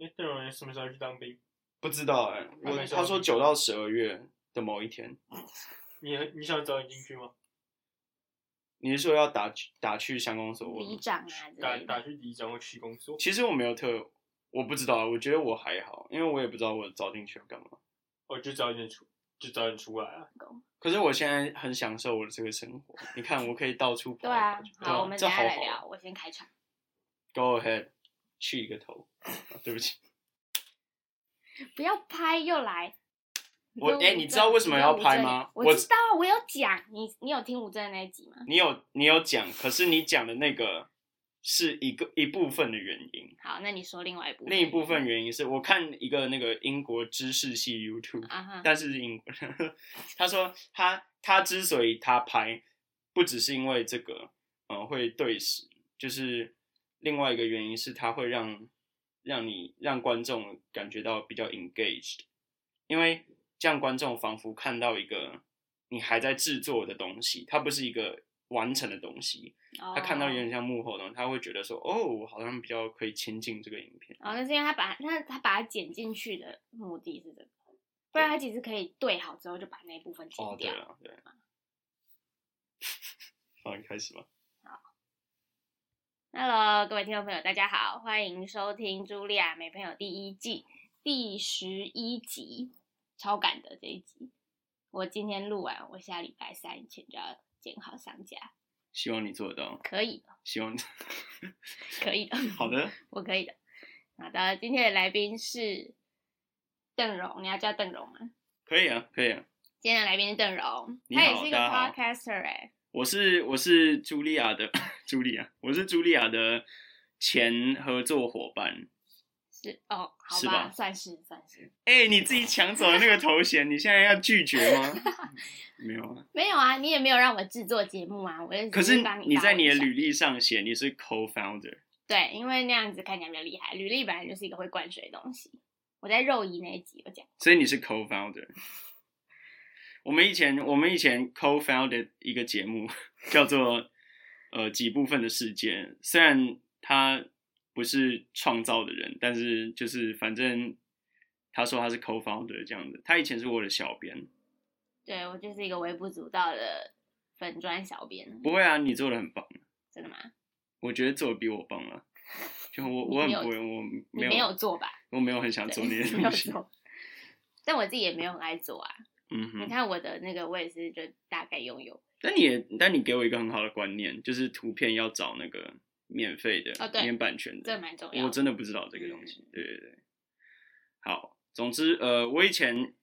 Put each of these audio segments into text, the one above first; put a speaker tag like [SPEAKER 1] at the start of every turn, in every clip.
[SPEAKER 1] 哎，邓荣元什么时候去当兵？
[SPEAKER 2] 不知道哎、
[SPEAKER 1] 还
[SPEAKER 2] 我
[SPEAKER 1] 没想
[SPEAKER 2] 他
[SPEAKER 1] 到
[SPEAKER 2] 说九到十二月的某一天，
[SPEAKER 1] 你你想早点进去吗？
[SPEAKER 2] 你是说要打去打去乡公所？
[SPEAKER 3] 里
[SPEAKER 2] 我
[SPEAKER 3] 长啊之
[SPEAKER 1] 打
[SPEAKER 2] 嗯
[SPEAKER 3] 类的。
[SPEAKER 1] 打去里长或区公所？
[SPEAKER 2] 其实我没有特，我不知道，我觉得我还好，因为我也不知道我早进去要干嘛。
[SPEAKER 1] 哦，就早点出，就早点出来啊！
[SPEAKER 2] 可是我现在很享受我的这个生活，你看我可以到处跑
[SPEAKER 3] 对
[SPEAKER 2] 来
[SPEAKER 3] 啊
[SPEAKER 2] 跑去。，
[SPEAKER 3] 好，我们
[SPEAKER 2] 这
[SPEAKER 3] 等一
[SPEAKER 2] 好
[SPEAKER 3] 下来
[SPEAKER 2] 好
[SPEAKER 3] 聊。我先开场。
[SPEAKER 2] Go ahead，去一个头。啊对不起，
[SPEAKER 3] 不要拍又来。
[SPEAKER 2] 我
[SPEAKER 3] 跟
[SPEAKER 2] 哎
[SPEAKER 3] 吴
[SPEAKER 2] 你
[SPEAKER 3] 尊
[SPEAKER 2] 知道为什么要
[SPEAKER 3] 跟吴
[SPEAKER 2] 拍
[SPEAKER 3] 尊
[SPEAKER 2] 吗
[SPEAKER 3] 我
[SPEAKER 2] 我
[SPEAKER 3] 知道，我有讲你，你有听吴尊的那一集吗？
[SPEAKER 2] 你有你有讲，可是你讲的那个是一个一部分的原因，
[SPEAKER 3] 好，那你说另外一部分。
[SPEAKER 2] 另一部分原因是我看一个那个英国知识系 YouTube，
[SPEAKER 3] 啊哈，
[SPEAKER 2] 但是是英国 人，他说他他之所以他拍，不只是因为这个，呃，会对时，就是另外一个原因是他会让让你让观众感觉到比较 engaged，因为这样观众仿佛看到一个你还在制作的东西，它不是一个完成的东西，
[SPEAKER 3] 他
[SPEAKER 2] 他看到有点像幕后的东西，他会觉得说，哦，我好像比较可以亲近这个影片。
[SPEAKER 3] 哦，那是因为他把他他把它剪进去的目的是这个，不然他其实可以对好之后就把那一部分剪
[SPEAKER 2] 哦，对
[SPEAKER 3] 掉。
[SPEAKER 2] 了，对。 好，你开始吧。
[SPEAKER 3] Hello，各位听众朋友，大家好，欢迎收听《茱莉亚没朋友》第一季第十一集，超赶的这一集。我今天录完，我下礼拜三以前就要剪好上架，
[SPEAKER 2] 希望你做得到，
[SPEAKER 3] 可以的，
[SPEAKER 2] 希 望你
[SPEAKER 3] 可以的。
[SPEAKER 2] 好的，
[SPEAKER 3] 我可以的。好的，今天的来宾是邓荣，你要叫邓荣吗？
[SPEAKER 2] 可以啊，可以啊。
[SPEAKER 3] 今天的来宾是邓荣，
[SPEAKER 2] 你好
[SPEAKER 3] 他也是一个
[SPEAKER 2] 大家好
[SPEAKER 3] podcaster 哎、
[SPEAKER 2] 我是我是茱莉亚的 茱莉亚，我是茱莉亚的前合作伙伴。
[SPEAKER 3] 是哦，好
[SPEAKER 2] 是吧
[SPEAKER 3] 算是算是，
[SPEAKER 2] 哎、你自己抢走了那个头衔，你现在要拒绝 吗？没有啊。
[SPEAKER 3] 没有啊，你也没有让我制作节目啊，我也
[SPEAKER 2] 可
[SPEAKER 3] 是
[SPEAKER 2] 是
[SPEAKER 3] 帮
[SPEAKER 2] 你在你的
[SPEAKER 3] 发挥一下
[SPEAKER 2] 履历上写你是 co-founder，
[SPEAKER 3] 对，因为那样子看起来比较厉害，履历本来就是一个会灌水的东西。我在肉姨那一集有讲，
[SPEAKER 2] 所以你是 co-founder。我们以前我们以前 co-founded 一个节目，叫做呃几部分的世界。虽然他不是创造的人，但是就是反正他说他是 co-founder 这样子。他以前是我的小编，
[SPEAKER 3] 对我就是一个微不足道的粉砖小编，
[SPEAKER 2] 不会啊，你做的很棒，
[SPEAKER 3] 真的吗？
[SPEAKER 2] 我觉得做的比我棒啊。就我我很
[SPEAKER 3] 你没有
[SPEAKER 2] 不会，我
[SPEAKER 3] 你
[SPEAKER 2] 没有
[SPEAKER 3] 没有做吧？
[SPEAKER 2] 我没有很想做那些
[SPEAKER 3] 对 没有
[SPEAKER 2] 东西。
[SPEAKER 3] 做，但我自己也没有很爱做啊。
[SPEAKER 2] 嗯
[SPEAKER 3] 你
[SPEAKER 2] 哼，
[SPEAKER 3] 看我的那个，我也是就大概拥有。
[SPEAKER 2] 但你也但你给我一个很好的观念，就是图片要找那个免费的、
[SPEAKER 3] 哦对
[SPEAKER 2] 免版权的，
[SPEAKER 3] 这蛮重要的
[SPEAKER 2] 我真的不知道这个东西。
[SPEAKER 3] 嗯
[SPEAKER 2] 对对对，好，总之呃，我以前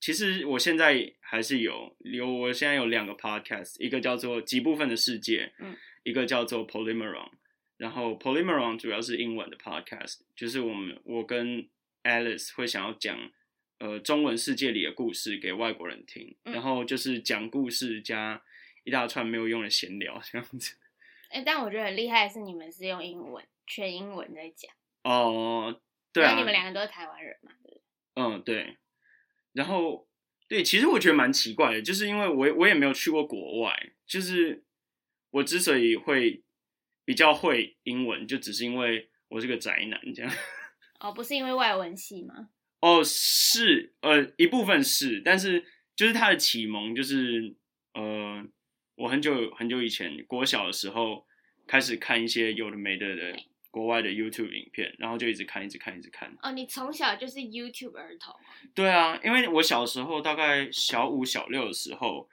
[SPEAKER 2] 其实我现在还是有有，我现在有两个 podcast，一个叫做《几部分的世界》，
[SPEAKER 3] 嗯，
[SPEAKER 2] 一个叫做 Polymeron。然后 Polymeron 主要是英文的 podcast，就是我们我跟 Alice 会想要讲呃中文世界里的故事给外国人听，
[SPEAKER 3] 嗯
[SPEAKER 2] 然后就是讲故事加一大串没有用的闲聊这样子。
[SPEAKER 3] 哎、但我觉得很厉害的是你们是用英文，全英文在讲。
[SPEAKER 2] 哦，对啊，
[SPEAKER 3] 那你们两个都是台湾人嘛？对不对
[SPEAKER 2] 嗯，对。然后，对，其实我觉得蛮奇怪的，就是因为我我也没有去过国外，就是我之所以会比较会英文，就只是因为我是个宅男这样。
[SPEAKER 3] 哦，不是因为外文系吗？
[SPEAKER 2] 哦，是，呃，一部分是，但是就是他的启蒙，就是呃，我很久很久以前国小的时候开始看一些有的没的的国外的 YouTube 影片，然后就一直看，一直看，一直看。
[SPEAKER 3] 哦，你从小就是 YouTube 儿童。
[SPEAKER 2] 对啊，因为我小时候大概小五、小六的时候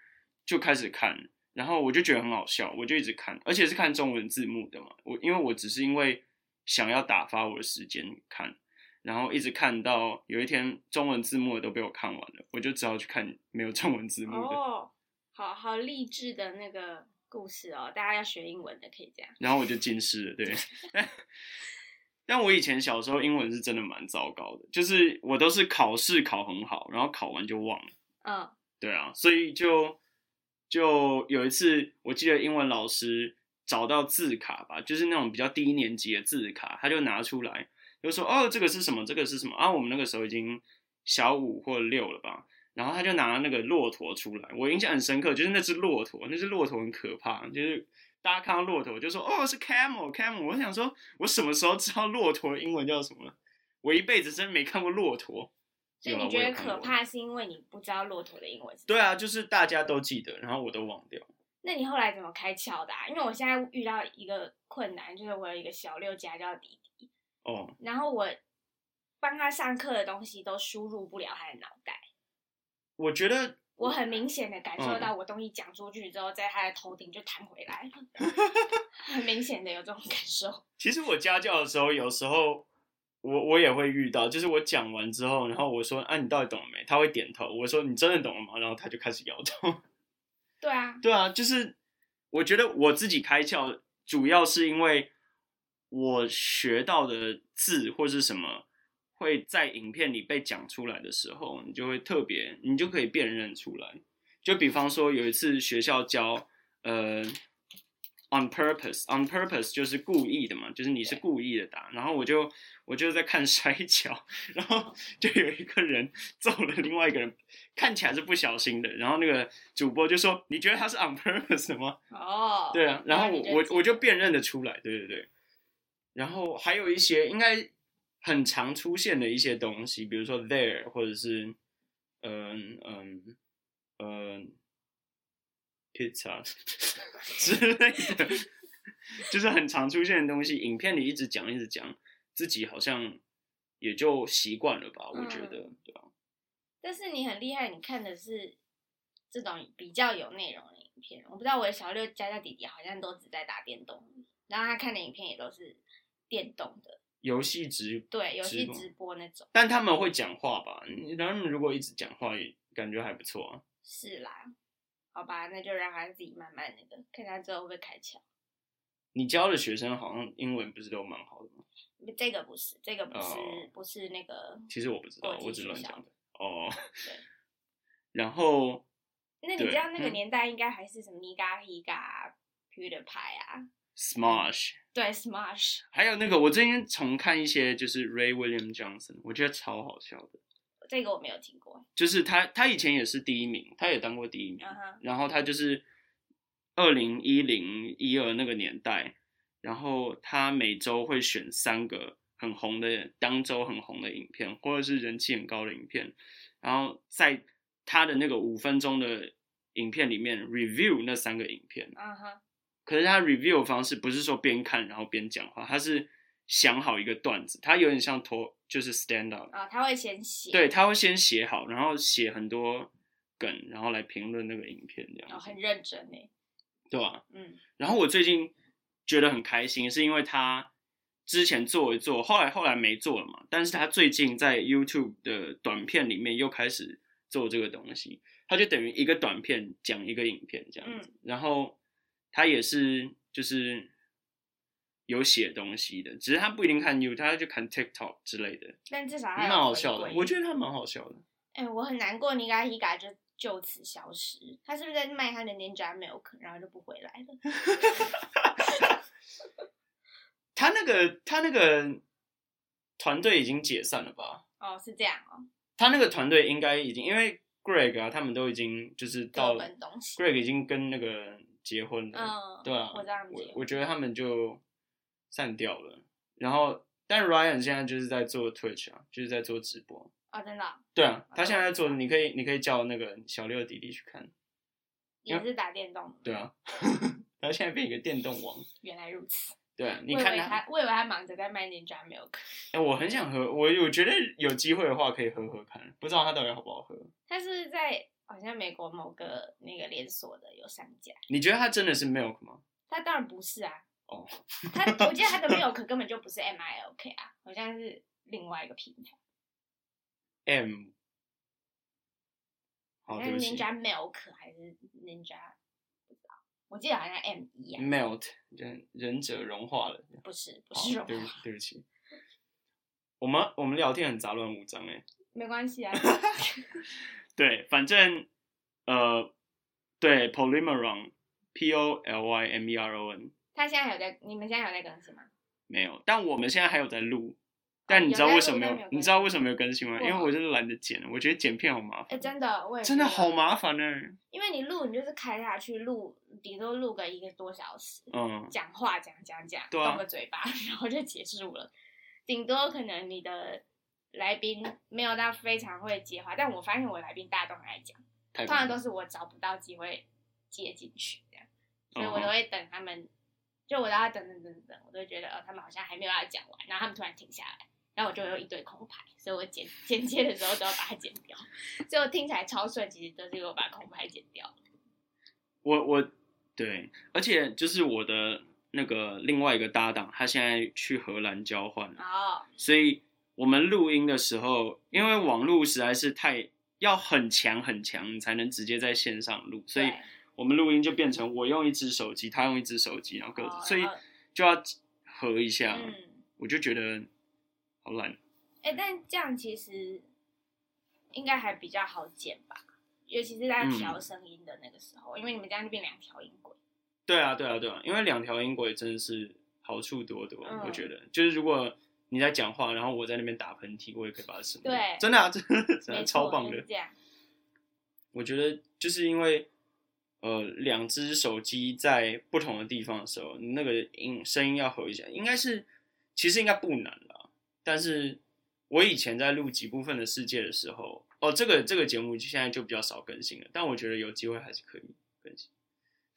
[SPEAKER 2] 就开始看，然后我就觉得很好笑，我就一直看，而且是看中文字幕的嘛。我因为我只是因为想要打发我的时间看，然后一直看到有一天中文字幕的都被我看完了，我就只好去看没有中文字幕的。
[SPEAKER 3] 哦，好好励志的那个故事哦，大家要学英文的可以这样。
[SPEAKER 2] 然后我就近视了，对。 但但我以前小时候英文是真的蛮糟糕的，就是我都是考试考很好，然后考完就忘了。
[SPEAKER 3] 嗯，
[SPEAKER 2] 对啊，所以就就有一次，我记得英文老师找到字卡吧，就是那种比较低年级的字卡，他就拿出来，就说：“哦，这个是什么？这个是什么？”啊，我们那个时候已经小五或六了吧。然后他就拿那个骆驼出来，我印象很深刻，就是那只骆驼，那只骆驼很可怕，就是大家看到骆驼就说哦是 camel camel，我想说我什么时候知道骆驼英文叫什么了？我一辈子真没看过骆驼。
[SPEAKER 3] 所以
[SPEAKER 2] 有啊
[SPEAKER 3] 你觉
[SPEAKER 2] 我
[SPEAKER 3] 得
[SPEAKER 2] 有看
[SPEAKER 3] 可
[SPEAKER 2] 过
[SPEAKER 3] 怕是因为你不知道骆驼的英文是？
[SPEAKER 2] 对啊，就是大家都记得，然后我都忘掉。
[SPEAKER 3] 那你后来怎么开窍的、啊？因为我现在遇到一个困难，就是我有一个小六家教弟弟，
[SPEAKER 2] 哦，
[SPEAKER 3] 然后我帮他上课的东西都输入不了他的脑袋，
[SPEAKER 2] 我觉得
[SPEAKER 3] 我很明显的感受
[SPEAKER 2] 嗯
[SPEAKER 3] 到我东西讲出去之后，在他的头顶就弹 回来，很明显的有这种感受。
[SPEAKER 2] 其实我家教的时候，有时候我我也会遇到，就是我讲完之后，然后我说啊，你到底懂了没？他会点头。我说你真的懂了吗？然后他就开始摇头。
[SPEAKER 3] 对啊，
[SPEAKER 2] 对啊，就是我觉得我自己开窍，主要是因为我学到的字或是什么，会在影片里被讲出来的时候，你就会特别，你就可以辨认出来。就比方说有一次学校教呃，on purpose，on purpose 就是故意的嘛，就是你是故意的打。然后我就我就在看摔跤，然后就有一个人揍了另外一个人，看起来是不小心的。然后那个主播就说：“你觉得他是 on purpose 的吗
[SPEAKER 3] 哦？”，
[SPEAKER 2] 对啊，然后我
[SPEAKER 3] 那你就记得
[SPEAKER 2] 我我就辨认得出来，对对对。然后还有一些应该很常出现的一些东西，比如说 there 或者是嗯嗯嗯 pizza 之类的，就是很常出现的东西。影片里一直讲一直讲，自己好像也就习惯了吧，我觉得，
[SPEAKER 3] 嗯
[SPEAKER 2] 对吧？
[SPEAKER 3] 但是你很厉害，你看的是这种比较有内容的影片。我不知道我的小六家教弟弟好像都只在打电动，然后他看的影片也都是电动的，
[SPEAKER 2] 游戏直
[SPEAKER 3] 对，有些
[SPEAKER 2] 直播
[SPEAKER 3] 直播那种
[SPEAKER 2] 但他们会讲话吧？你然后他们如果一直讲话，也感觉还不错啊。
[SPEAKER 3] 是啦。好吧，那就让他自己慢慢那个，看他之后会不会开窍。
[SPEAKER 2] 你教的学生好像英文不是都蛮好的吗？
[SPEAKER 3] 这个不是，这个不是，
[SPEAKER 2] 哦
[SPEAKER 3] 不是那个。
[SPEAKER 2] 其实我不知道，
[SPEAKER 3] 国
[SPEAKER 2] 我只
[SPEAKER 3] 际学
[SPEAKER 2] 乱
[SPEAKER 3] 校
[SPEAKER 2] 讲的。哦
[SPEAKER 3] 对，
[SPEAKER 2] 然后
[SPEAKER 3] 那你
[SPEAKER 2] 对
[SPEAKER 3] 知道那个
[SPEAKER 2] 嗯
[SPEAKER 3] 年代应该还是什么尼嘎皮嘎、PewDiePie 啊，
[SPEAKER 2] Smash，
[SPEAKER 3] 对，Smash，
[SPEAKER 2] 还有那个我最近重看一些就是 Ray William Johnson，我觉得超好笑的。
[SPEAKER 3] 这个我没有听过。
[SPEAKER 2] 就是他，他以前也是第一名，他也当过第一名。
[SPEAKER 3] 嗯哼，
[SPEAKER 2] 然后他就是二零一零一二那个年代，然后他每周会选三个很红的当周很红的影片，或者是人气很高的影片，然后在他的那个五分钟的影片里面 review 那三个影片。啊
[SPEAKER 3] 嗯哼，
[SPEAKER 2] 可是他 review 的方式不是说边看然后边讲话，他是想好一个段子，他有点像脱就是 stand up，
[SPEAKER 3] 啊，他会先写，
[SPEAKER 2] 对，他会先写好，然后写很多梗，然后来评论那个影片这
[SPEAKER 3] 哦，
[SPEAKER 2] 样子，
[SPEAKER 3] 很认真诶。
[SPEAKER 2] 对吧、
[SPEAKER 3] 嗯，
[SPEAKER 2] 然后我最近觉得很开心，是因为他之前做一做，后来后来没做了嘛。但是他最近在 YouTube 的短片里面又开始做这个东西，他就等于一个短片讲一个影片这样子。
[SPEAKER 3] 嗯
[SPEAKER 2] 然后他也是就是有写东西的，只是他不一定看 YouTube，他就看 TikTok 之类的，
[SPEAKER 3] 但至少他
[SPEAKER 2] 蛮
[SPEAKER 3] 有
[SPEAKER 2] 好
[SPEAKER 3] 回
[SPEAKER 2] 笑的
[SPEAKER 3] 归。
[SPEAKER 2] 我觉得他蛮好笑的。
[SPEAKER 3] 哎、我很难过，尼嘎伊嘎就就此消失。他是不是在卖他的 Ninja Milk，然后就不回来了？
[SPEAKER 2] 他那个他那个团队已经解散了吧？
[SPEAKER 3] 哦，是这样哦，
[SPEAKER 2] 他那个团队应该已经因为 Greg 啊，他们都已经就是到
[SPEAKER 3] 各奔东西。
[SPEAKER 2] Greg 已经跟那个结婚了，
[SPEAKER 3] 嗯，
[SPEAKER 2] 对啊，
[SPEAKER 3] 我知道他们
[SPEAKER 2] 我
[SPEAKER 3] 结婚
[SPEAKER 2] 我觉得他们就散掉了。然后，但 Ryan 现在就是在做 Twitch 啊，就是在做直播。
[SPEAKER 3] 哦，真的哦、
[SPEAKER 2] 对啊，
[SPEAKER 3] 啊
[SPEAKER 2] 他现在在做，你可以你可以叫那个小六弟弟去看。
[SPEAKER 3] 也是打电动的。
[SPEAKER 2] 对啊，他现在变一个电动王。
[SPEAKER 3] 原来如此。
[SPEAKER 2] 对啊，你
[SPEAKER 3] 我以
[SPEAKER 2] 看
[SPEAKER 3] 为
[SPEAKER 2] 他，
[SPEAKER 3] 他，我以为他忙着在卖 Ninja Milk，
[SPEAKER 2] 哎，我很想喝，我我觉得有机会的话可以喝喝看，不知道他到底好不好喝。
[SPEAKER 3] 他是不是在好像美国某个那个连锁的有上架。
[SPEAKER 2] 你觉得他真的是 Milk 吗？
[SPEAKER 3] 他当然不是啊，
[SPEAKER 2] 哦，
[SPEAKER 3] 他我记得他的 Milk 根本就不是 M I L K 啊，好像是另外一个品牌，
[SPEAKER 2] M。好，
[SPEAKER 3] 好
[SPEAKER 2] 哦对
[SPEAKER 3] 像
[SPEAKER 2] 不
[SPEAKER 3] 是
[SPEAKER 2] 起
[SPEAKER 3] Ninja Milk 还是 Ninja，不知道，我记得好像 M 一啊，
[SPEAKER 2] ，melt 忍忍者融化了，
[SPEAKER 3] 不是不
[SPEAKER 2] 好
[SPEAKER 3] 是
[SPEAKER 2] 嗯
[SPEAKER 3] 荣
[SPEAKER 2] 哦对不对不起。我们我们聊天很杂乱无章哎、
[SPEAKER 3] 没关系啊，
[SPEAKER 2] 对，反正呃，对 polymeron p o l y m e r o n
[SPEAKER 3] 他现在还有在，你们现在还有在更新吗？
[SPEAKER 2] 没有，但我们现在还有在录，但你知道为什么没
[SPEAKER 3] 哦有在录但没有更新
[SPEAKER 2] 你知道为什么没有更新吗？因为
[SPEAKER 3] 为什么
[SPEAKER 2] 我真的懒得剪，我觉得剪片好麻
[SPEAKER 3] 哎、
[SPEAKER 2] 烦，
[SPEAKER 3] 真的，我也
[SPEAKER 2] 呃真的好
[SPEAKER 3] 吗？
[SPEAKER 2] 麻烦呢、欸
[SPEAKER 3] 因为你录，你就是开下去录，顶多录个一个多小时，
[SPEAKER 2] 嗯，
[SPEAKER 3] 讲话讲讲讲，
[SPEAKER 2] 对啊
[SPEAKER 3] 动个嘴巴，然后就结束了。顶多可能你的来宾没有到非常会接话，但我发现我来宾大家都很爱讲，
[SPEAKER 2] 太
[SPEAKER 3] 通常都是我找不到机会接进去这样，所以我都
[SPEAKER 2] 嗯
[SPEAKER 3] 会等他们，就我都要等等等等，我都会觉得哦，他们好像还没有要讲完，然后他们突然停下来，然后我就有一堆空白，所以我剪 剪接的时候都要把它剪掉， 所以我听起来超顺，其实都是因为我把空白剪掉。
[SPEAKER 2] 我我对，而且就是我的那个另外一个搭档，他现在去荷兰交换了，
[SPEAKER 3] 哦，
[SPEAKER 2] 所以我们录音的时候，因为网络实在是太要很强很强，你才能直接在线上录，所以啊
[SPEAKER 3] 对
[SPEAKER 2] 我们录音就变成我用一只手机，他用一只手机，然后各自，
[SPEAKER 3] 哦
[SPEAKER 2] 所以
[SPEAKER 3] 然后
[SPEAKER 2] 就要合一下，
[SPEAKER 3] 嗯。
[SPEAKER 2] 我就觉得好懒。
[SPEAKER 3] 哎、但这样其实应该还比较好剪吧，尤其是
[SPEAKER 2] 嗯
[SPEAKER 3] 在调声音的那个时候，因为你们这样就变两条音轨。
[SPEAKER 2] 对啊，对啊，对啊，因为两条音轨真的是好处多多，
[SPEAKER 3] 嗯
[SPEAKER 2] 我觉得就是如果你在讲话，然后我在那边打喷嚏，我也可以把它省略。
[SPEAKER 3] 对
[SPEAKER 2] 真的啊，真的真
[SPEAKER 3] 没
[SPEAKER 2] 的
[SPEAKER 3] 错
[SPEAKER 2] 超棒
[SPEAKER 3] 就
[SPEAKER 2] 的
[SPEAKER 3] 是。这样，
[SPEAKER 2] 我觉得就是因为呃，两只手机在不同的地方的时候，那个音声音要合一下，应该是其实应该不难啦。但是我以前在录几部分的世界的时候，哦，这个这个节目现在就比较少更新了，但我觉得有机会还是可以更新。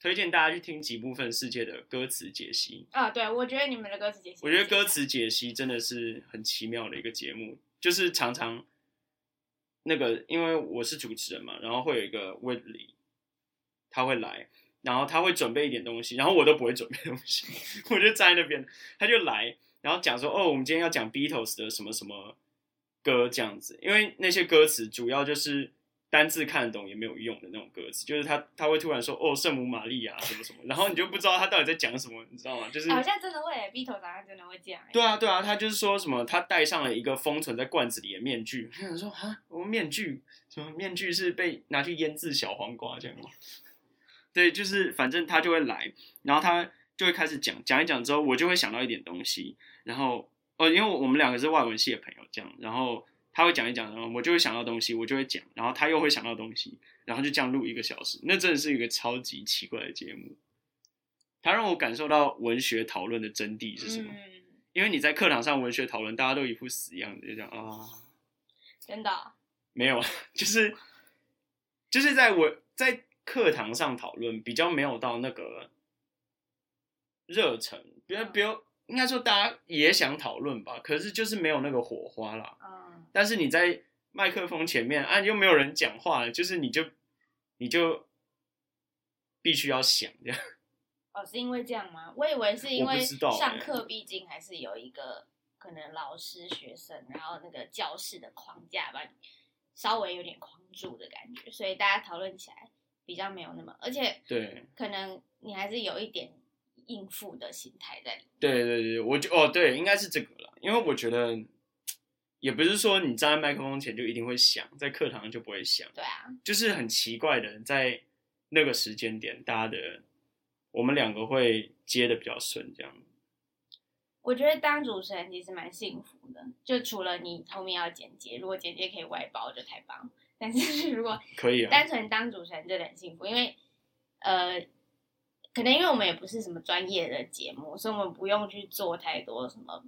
[SPEAKER 2] 推荐大家去听几部分世界的歌词解析，
[SPEAKER 3] 啊、对，我觉得你们的歌词解析，
[SPEAKER 2] 我觉得歌，词解析真的是很奇妙的一个节目，就是常常那个，因为我是主持人嘛，然后会有一个 Whitley，他会来，然后他会准备一点东西，然后我都不会准备东西， 我就站在那边，他就来，然后讲说哦，我们今天要讲 Beatles 的什么什么歌这样子，因为那些歌词主要就是。单字看得懂也没有用的那种歌词，就是他他会突然说哦圣母玛利亚什么什么，然后你就不知道他到底在讲什么，你知道吗？就是
[SPEAKER 3] 哎好像真的会、b e a t l e s 好像真的会这样、哎
[SPEAKER 2] 对啊，对啊，他就是说什么，他戴上了一个封存在罐子里的面具。我想说啊，我们面具什么面具是被拿去腌制小黄瓜这样吗？对，就是反正他就会来，然后他就会开始讲，讲一讲之后，我就会想到一点东西，然后哦，因为我们两个是外文系的朋友，这样，然后他会讲一讲，然后我就会想到东西，我就会讲，然后他又会想到东西，然后就这样录一个小时，那真的是一个超级奇怪的节目。它让我感受到文学讨论的真谛是什么。
[SPEAKER 3] 嗯，
[SPEAKER 2] 因为你在课堂上文学讨论，大家都一副死样子，就这样啊、
[SPEAKER 3] 真的哦、
[SPEAKER 2] 没有，啊 就是就是在我在课堂上讨论，比较没有到那个热忱，比如比如应该说大家也想讨论吧，可是就是没有那个火花啦。
[SPEAKER 3] 嗯，
[SPEAKER 2] 但是你在麦克风前面啊，又没有人讲话，就是你就你就必须要想这样。
[SPEAKER 3] 哦，是因为这样吗？我以为是因
[SPEAKER 2] 我
[SPEAKER 3] 为
[SPEAKER 2] 不知道哎
[SPEAKER 3] 上课毕竟还是有一个可能老师、学生，然后那个教室的框架把你稍微有点框住的感觉，所以大家讨论起来比较没有那么，而且
[SPEAKER 2] 对
[SPEAKER 3] 可能你还是有一点应付的心态在里面。
[SPEAKER 2] 对对对，我就哦对，应该是这个了，因为我觉得也不是说你站在麦克风前就一定会想，在课堂上就不会想，
[SPEAKER 3] 对啊，
[SPEAKER 2] 就是很奇怪的，在那个时间点，大家的我们两个会接的比较顺，这样。
[SPEAKER 3] 我觉得当主持人其实蛮幸福的，就除了你后面要剪接，如果剪接可以外包就太棒了，但是如果
[SPEAKER 2] 可以啊，
[SPEAKER 3] 单纯当主持人真的很幸福，因为呃，可能因为我们也不是什么专业的节目，所以我们不用去做太多什么，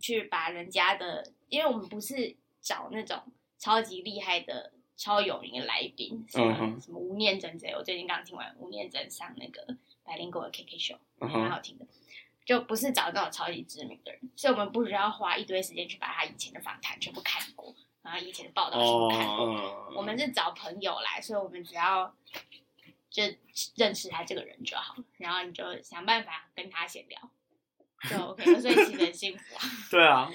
[SPEAKER 3] 去把人家的，因为我们不是找那种超级厉害的、超有名的来宾，什么、
[SPEAKER 2] 嗯哼
[SPEAKER 3] 什么吴念真之类。我最近刚听完吴念真上那个百灵果的 KK show，
[SPEAKER 2] 嗯
[SPEAKER 3] 蛮
[SPEAKER 2] 哼，
[SPEAKER 3] 好听的。就不是找那种超级知名的人，所以我们不需要花一堆时间去把他以前的访谈全部看过，然后以前的报道全部
[SPEAKER 2] 哦，
[SPEAKER 3] 看过，
[SPEAKER 2] 嗯
[SPEAKER 3] 我们是找朋友来，所以我们只要就认识他这个人就好了，然后你就想办法跟他闲聊，就 OK 了。所以其实很幸福啊。
[SPEAKER 2] 对啊，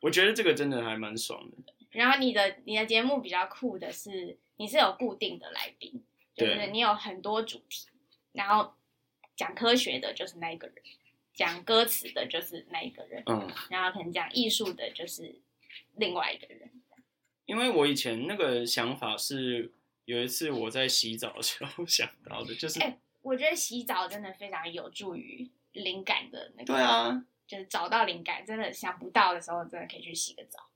[SPEAKER 2] 我觉得这个真的还蛮爽的。
[SPEAKER 3] 然后你的你的节目比较酷的是，你是有固定的来宾，就是
[SPEAKER 2] 对
[SPEAKER 3] 你有很多主题，然后讲科学的就是那一个人，讲歌词的就是那一个人，
[SPEAKER 2] 嗯，
[SPEAKER 3] 然后可能讲艺术的就是另外一个人。
[SPEAKER 2] 因为我以前那个想法是有一次我在洗澡的时候 想到的，就是、
[SPEAKER 3] 哎我觉得洗澡真的非常有助于灵感的那个。
[SPEAKER 2] 对啊，
[SPEAKER 3] 就是找到灵感，真的想不到的时候，真的可以去洗个澡。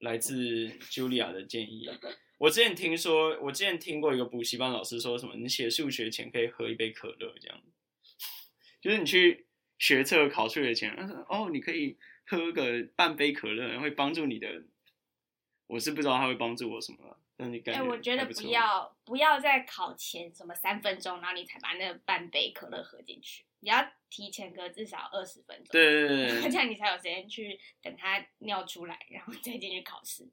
[SPEAKER 2] 来自 Julia 的建议。 我之前听说，我之前听过一个补习班老师说什么，你写数学前可以喝一杯可乐，这样，就是你去学测考数学前，他说哦，你可以喝个半杯可乐会帮助你的，我是不知道它会帮助我什么了，但你感
[SPEAKER 3] 哎、
[SPEAKER 2] 觉、
[SPEAKER 3] 我觉得不，要不要在考前什么三分钟，然后你才把那半杯可乐喝进去，你要提前个至少二十分钟。
[SPEAKER 2] 对对对对对
[SPEAKER 3] 这样你才有时间去等它尿出来，然后再进去考试。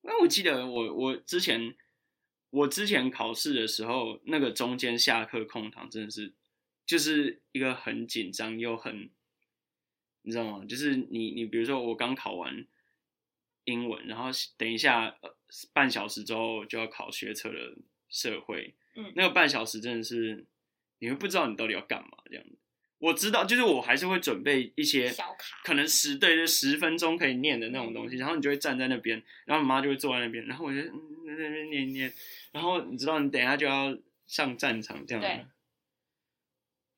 [SPEAKER 2] 那我记得我我之前我之前考试的时候，那个中间下课空堂真的是就是一个很紧张又很，你知道吗？就是你你比如说我刚考完英文，然后等一下、呃、半小时之后就要考学测的社会，
[SPEAKER 3] 嗯
[SPEAKER 2] 那个半小时真的是你会不知道你到底要干嘛这样子。我知道，就是我还是会准备一些
[SPEAKER 3] 小卡
[SPEAKER 2] 可能十对就十分钟可以念的那种东西，然后你就会站在那边，然后你妈就会坐在那边，然后我就嗯在那边念一念，然后你知道你等一下就要上战场这样。
[SPEAKER 3] 对。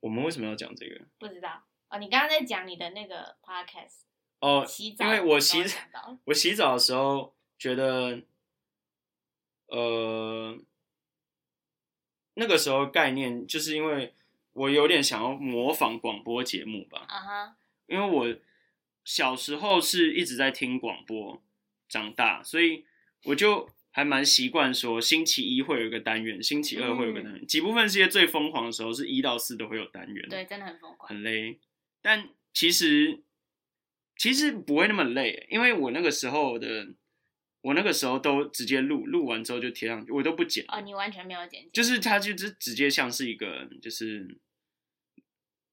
[SPEAKER 2] 我们为什么要讲这个？
[SPEAKER 3] 不知道哦。你刚刚在讲你的那个 podcast
[SPEAKER 2] 哦，
[SPEAKER 3] 洗澡
[SPEAKER 2] 因
[SPEAKER 3] 的时
[SPEAKER 2] 为
[SPEAKER 3] 候讲到，
[SPEAKER 2] 我洗我洗澡的时候觉得，呃，那个时候概念就是因为我有点想要模仿广播节目吧，
[SPEAKER 3] 啊哈，
[SPEAKER 2] 因为我小时候是一直在听广播长大，所以我就还蛮习惯说星期一会有一个单元，星期二会有个单元。几部分世界最疯狂的时候是一到四都会有单元，
[SPEAKER 3] 对，，真的很疯狂。
[SPEAKER 2] 很累。但其实其实不会那么累，因为我那个时候的我那个时候都直接录，录完之后就贴上去，我都不剪。
[SPEAKER 3] 哦，你完全没有剪辑，
[SPEAKER 2] 就是它就直直接像是一个就是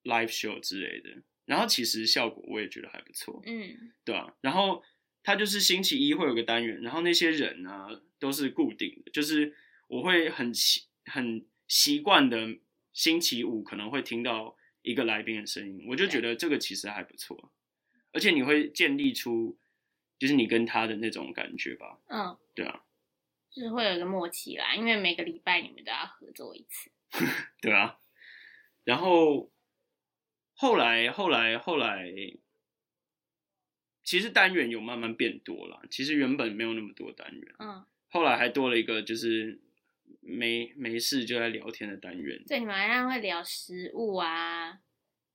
[SPEAKER 2] live show 之类的，然后其实效果我也觉得还不错，
[SPEAKER 3] 嗯，
[SPEAKER 2] 对啊，然后它就是星期一会有个单元，然后那些人啊都是固定的，就是我会很习很习惯的星期五可能会听到一个来宾的声音，我就觉得这个其实还不错，而且你会建立出就是你跟他的那种感觉吧，
[SPEAKER 3] 嗯，
[SPEAKER 2] 对啊，
[SPEAKER 3] 就是会有一个默契啦，因为每个礼拜你们都要合作一次。
[SPEAKER 2] 对啊，然后后来后来后来，其实单元有慢慢变多了。其实原本没有那么多单元，
[SPEAKER 3] 嗯，
[SPEAKER 2] 后来还多了一个就是没没事就在聊天的单元。
[SPEAKER 3] 所以你们好像会聊食物啊，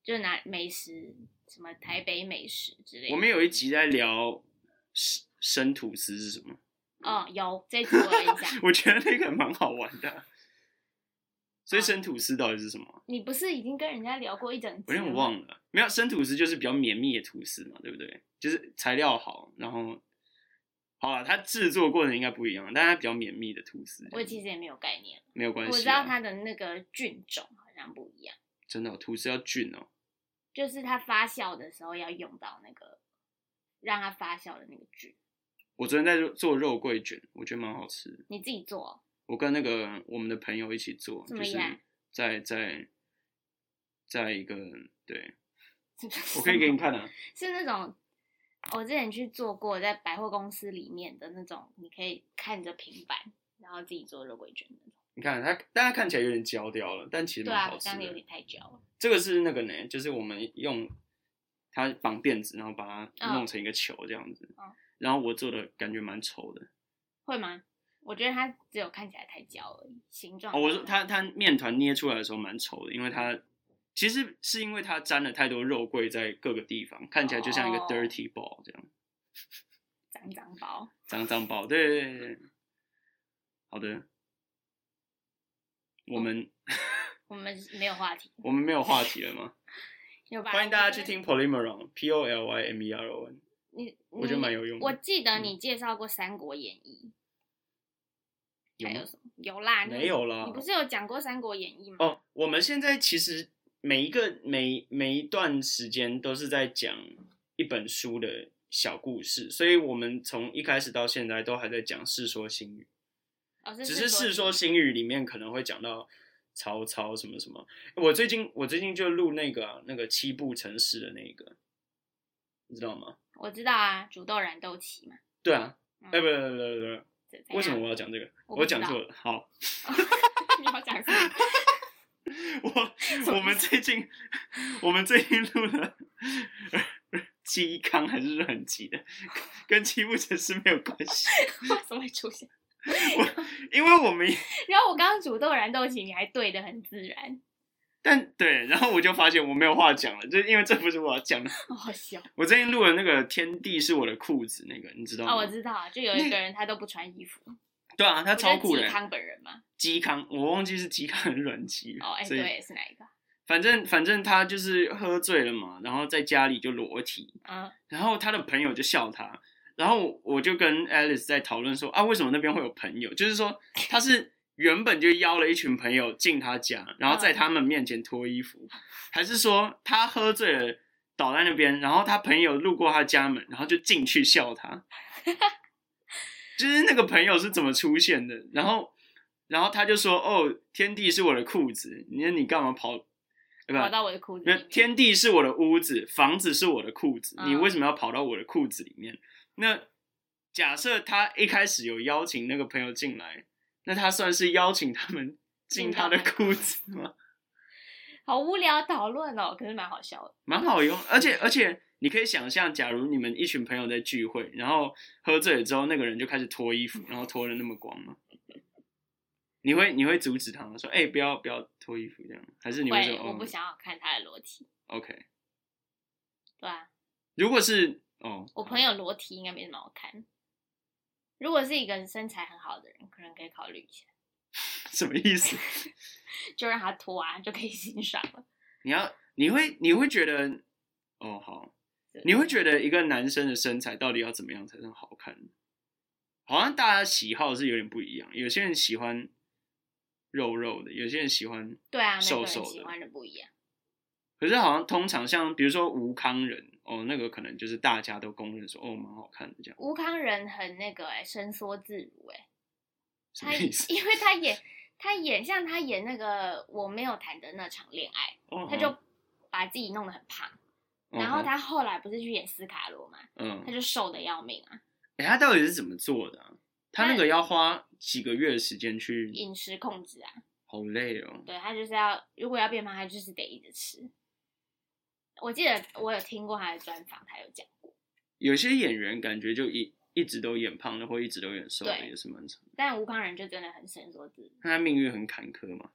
[SPEAKER 3] 就拿美食，什么台北美食之类的。
[SPEAKER 2] 我们有一集在聊生生吐司是什么， 。
[SPEAKER 3] 哦，有这一集我有印象
[SPEAKER 2] 我觉得那个蛮好玩的啊。所以
[SPEAKER 3] 啊
[SPEAKER 2] 生吐司到底是什么啊？
[SPEAKER 3] 你不是已经跟人家聊过一整集？
[SPEAKER 2] 我有点忘。了，没有啊生吐司就是比较绵密的吐司嘛，对不对？就是材料好，然后好了，它制作过程应该不一样，但它比较绵密的吐司，
[SPEAKER 3] 我其实也没有概念，
[SPEAKER 2] 没有
[SPEAKER 3] 我
[SPEAKER 2] 关系啊。
[SPEAKER 3] 知道它的那个菌种好像不一样，
[SPEAKER 2] 真的哦、吐司要菌哦，
[SPEAKER 3] 就是它发酵的时候要用到那个让它发酵的那个菌。
[SPEAKER 2] 我昨天在做肉桂卷，我觉得蛮好吃的。
[SPEAKER 3] 你自己做哦、
[SPEAKER 2] 我跟那个我们的朋友一起做，
[SPEAKER 3] 这
[SPEAKER 2] 就
[SPEAKER 3] 么
[SPEAKER 2] 是
[SPEAKER 3] 厉害
[SPEAKER 2] 在在在一个对，
[SPEAKER 3] 是不是
[SPEAKER 2] 我可以给你看啊，
[SPEAKER 3] 是那种我之前去做过，在百货公司里面的那种，你可以看着平板，然后自己做肉桂卷的那种。
[SPEAKER 2] 你看啊它，但它看起来有点焦掉了，但其实
[SPEAKER 3] 对
[SPEAKER 2] 蛮
[SPEAKER 3] 啊，
[SPEAKER 2] 好吃
[SPEAKER 3] 这样
[SPEAKER 2] 的。
[SPEAKER 3] 有点太焦了。
[SPEAKER 2] 这个是那个呢，就是我们用它绑辫子，然后把它
[SPEAKER 3] 嗯
[SPEAKER 2] 弄成一个球这样子。
[SPEAKER 3] 嗯
[SPEAKER 2] 然后我做的感觉蛮丑的。
[SPEAKER 3] 会吗？我觉得它只有看起来太焦而已，形状。
[SPEAKER 2] 哦，我说它它面团捏出来的时候蛮丑的，因为它其实是因为它沾了太多肉桂在各个地方，看起来就像一个
[SPEAKER 3] 哦
[SPEAKER 2] dirty ball 这样，
[SPEAKER 3] 脏脏包，
[SPEAKER 2] 脏脏包。对对对对，好的。我们、
[SPEAKER 3] 我们没 有话题。
[SPEAKER 2] 我们没有话题了吗？
[SPEAKER 3] 有吧？
[SPEAKER 2] 欢迎大家去。听 Polymeron P O L Y M E R O N，
[SPEAKER 3] 你
[SPEAKER 2] 我觉得
[SPEAKER 3] 你
[SPEAKER 2] 蛮有用的嗯
[SPEAKER 3] 我记得你介绍过《三国演义》，
[SPEAKER 2] 有
[SPEAKER 3] 还
[SPEAKER 2] 吗
[SPEAKER 3] 有什么？有啦，你
[SPEAKER 2] 没有啦？
[SPEAKER 3] 你不是有讲过《三国演义》吗？
[SPEAKER 2] 哦，我们现在其实每一个每每一段时间都是在讲一本书的小故事，所以我们从一开始到现在都还在讲《世说新语
[SPEAKER 3] 哦，》，
[SPEAKER 2] 只是《世说新语》里面可能会讲到曹操什么什么。我最近我最近就录那个啊、那个七步成诗的那个，你知道吗？
[SPEAKER 3] 我知道啊，煮豆燃豆萁嘛。
[SPEAKER 2] 对啊，
[SPEAKER 3] 嗯
[SPEAKER 2] 哎、不不不不不
[SPEAKER 3] 怎
[SPEAKER 2] 不，为什么
[SPEAKER 3] 怎
[SPEAKER 2] 我
[SPEAKER 3] 样
[SPEAKER 2] 要讲这个？
[SPEAKER 3] 我
[SPEAKER 2] 我
[SPEAKER 3] 不知
[SPEAKER 2] 讲
[SPEAKER 3] 道
[SPEAKER 2] 错了，好。
[SPEAKER 3] 你要讲什么？
[SPEAKER 2] 我我们最近我们最近录了鸡康还是很急的，跟七步成诗没有关系，
[SPEAKER 3] 为什么会出现？
[SPEAKER 2] 因为我们
[SPEAKER 3] 然后我刚刚煮豆燃豆萁，你还对的很自然。
[SPEAKER 2] 但对，然后我就发现我没有话讲了，就是因为这不是我要讲的。
[SPEAKER 3] 好好笑
[SPEAKER 2] 我最近录了那个《天地是我的裤子》那个，你知道吗？
[SPEAKER 3] 啊！我知道，就有一个人他都不穿衣服，
[SPEAKER 2] 对啊，他
[SPEAKER 3] 我觉得
[SPEAKER 2] 超酷的
[SPEAKER 3] 嵇。康本人嘛。
[SPEAKER 2] 嵇康，我忘记是嵇康还是阮籍了
[SPEAKER 3] 哦，哎、
[SPEAKER 2] 嗯所以
[SPEAKER 3] 对，是哪一个？
[SPEAKER 2] 反正反正他就是喝醉了嘛，然后在家里就裸体，
[SPEAKER 3] 啊，
[SPEAKER 2] 然后他的朋友就笑他，然后我就跟 Alice 在讨论说啊，为什么那边会有朋友？就是说他是原本就邀了一群朋友进他家，然后在他们面前脱衣服，还是说他喝醉了倒在那边，然后他朋友路过他家门，然后就进去笑他，就是那个朋友是怎么出现的？然后然后他就说哦，天地是我的裤子，你你干嘛跑？呃对吧
[SPEAKER 3] 跑？到我的裤子里
[SPEAKER 2] 那
[SPEAKER 3] 面。
[SPEAKER 2] 天地是我的屋子，房子是我的裤子，
[SPEAKER 3] 嗯
[SPEAKER 2] 你为什么要跑到我的裤子里面？那假设他一开始有邀请那个朋友进来，那他算是邀请他们进他的裤子吗？
[SPEAKER 3] 好无聊讨论哦，可是蛮好笑的。
[SPEAKER 2] 蛮好用，而且而且你可以想象，假如你们一群朋友在聚会，然后喝醉了之后，那个人就开始脱衣 服，然后脱的那么光吗？你会你会阻止他吗？说哎、不要不要脱衣服这样，还是你会说
[SPEAKER 3] 会，我不
[SPEAKER 2] 哦
[SPEAKER 3] 想要看他的裸体。
[SPEAKER 2] OK？
[SPEAKER 3] 对啊，
[SPEAKER 2] 如果是哦，
[SPEAKER 3] 我朋友裸体应该没什么好看。如果是一个身材很好的人，可能可以考虑一下，
[SPEAKER 2] 什么意思？
[SPEAKER 3] 就让他脱啊，就可以欣赏了。
[SPEAKER 2] 你要你会你会觉得哦好，你会觉得一个男生的身材到底要怎么样才算好看？好像大家喜好是有点不一样，有些人喜欢肉肉的，有些人喜欢，
[SPEAKER 3] 对啊，每个
[SPEAKER 2] 瘦
[SPEAKER 3] 人
[SPEAKER 2] 瘦的
[SPEAKER 3] 喜欢的不一样。
[SPEAKER 2] 可是好像通常像比如说吴康仁哦，那个可能就是大家都公认说哦蛮好看的这样，
[SPEAKER 3] 吴康仁很那个哎、伸缩自如哎、
[SPEAKER 2] 什
[SPEAKER 3] 他
[SPEAKER 2] 么意思？
[SPEAKER 3] 因为他演他演像他演那个我没有谈的那场恋爱，
[SPEAKER 2] 哦
[SPEAKER 3] 他就把自己弄得很胖，然后
[SPEAKER 2] 嗯
[SPEAKER 3] 他后来不是去演斯卡罗嘛，
[SPEAKER 2] 嗯
[SPEAKER 3] 他，就瘦的要命啊，
[SPEAKER 2] 哎、他到底是怎么做的、啊？他那
[SPEAKER 3] 他
[SPEAKER 2] 个要花几个月的时间去，
[SPEAKER 3] 饮食控制啊，
[SPEAKER 2] 好累哦。
[SPEAKER 3] 对他就是要如果要变胖，他就是得一直吃。我记得我有听过他的专访，他有讲过，
[SPEAKER 2] 有些演员感觉就一一直都演胖的，或一直都演瘦的，
[SPEAKER 3] 对
[SPEAKER 2] 也是蛮常。
[SPEAKER 3] 但吴康仁就真的很伸缩自如。
[SPEAKER 2] 那他命运很坎坷嘛？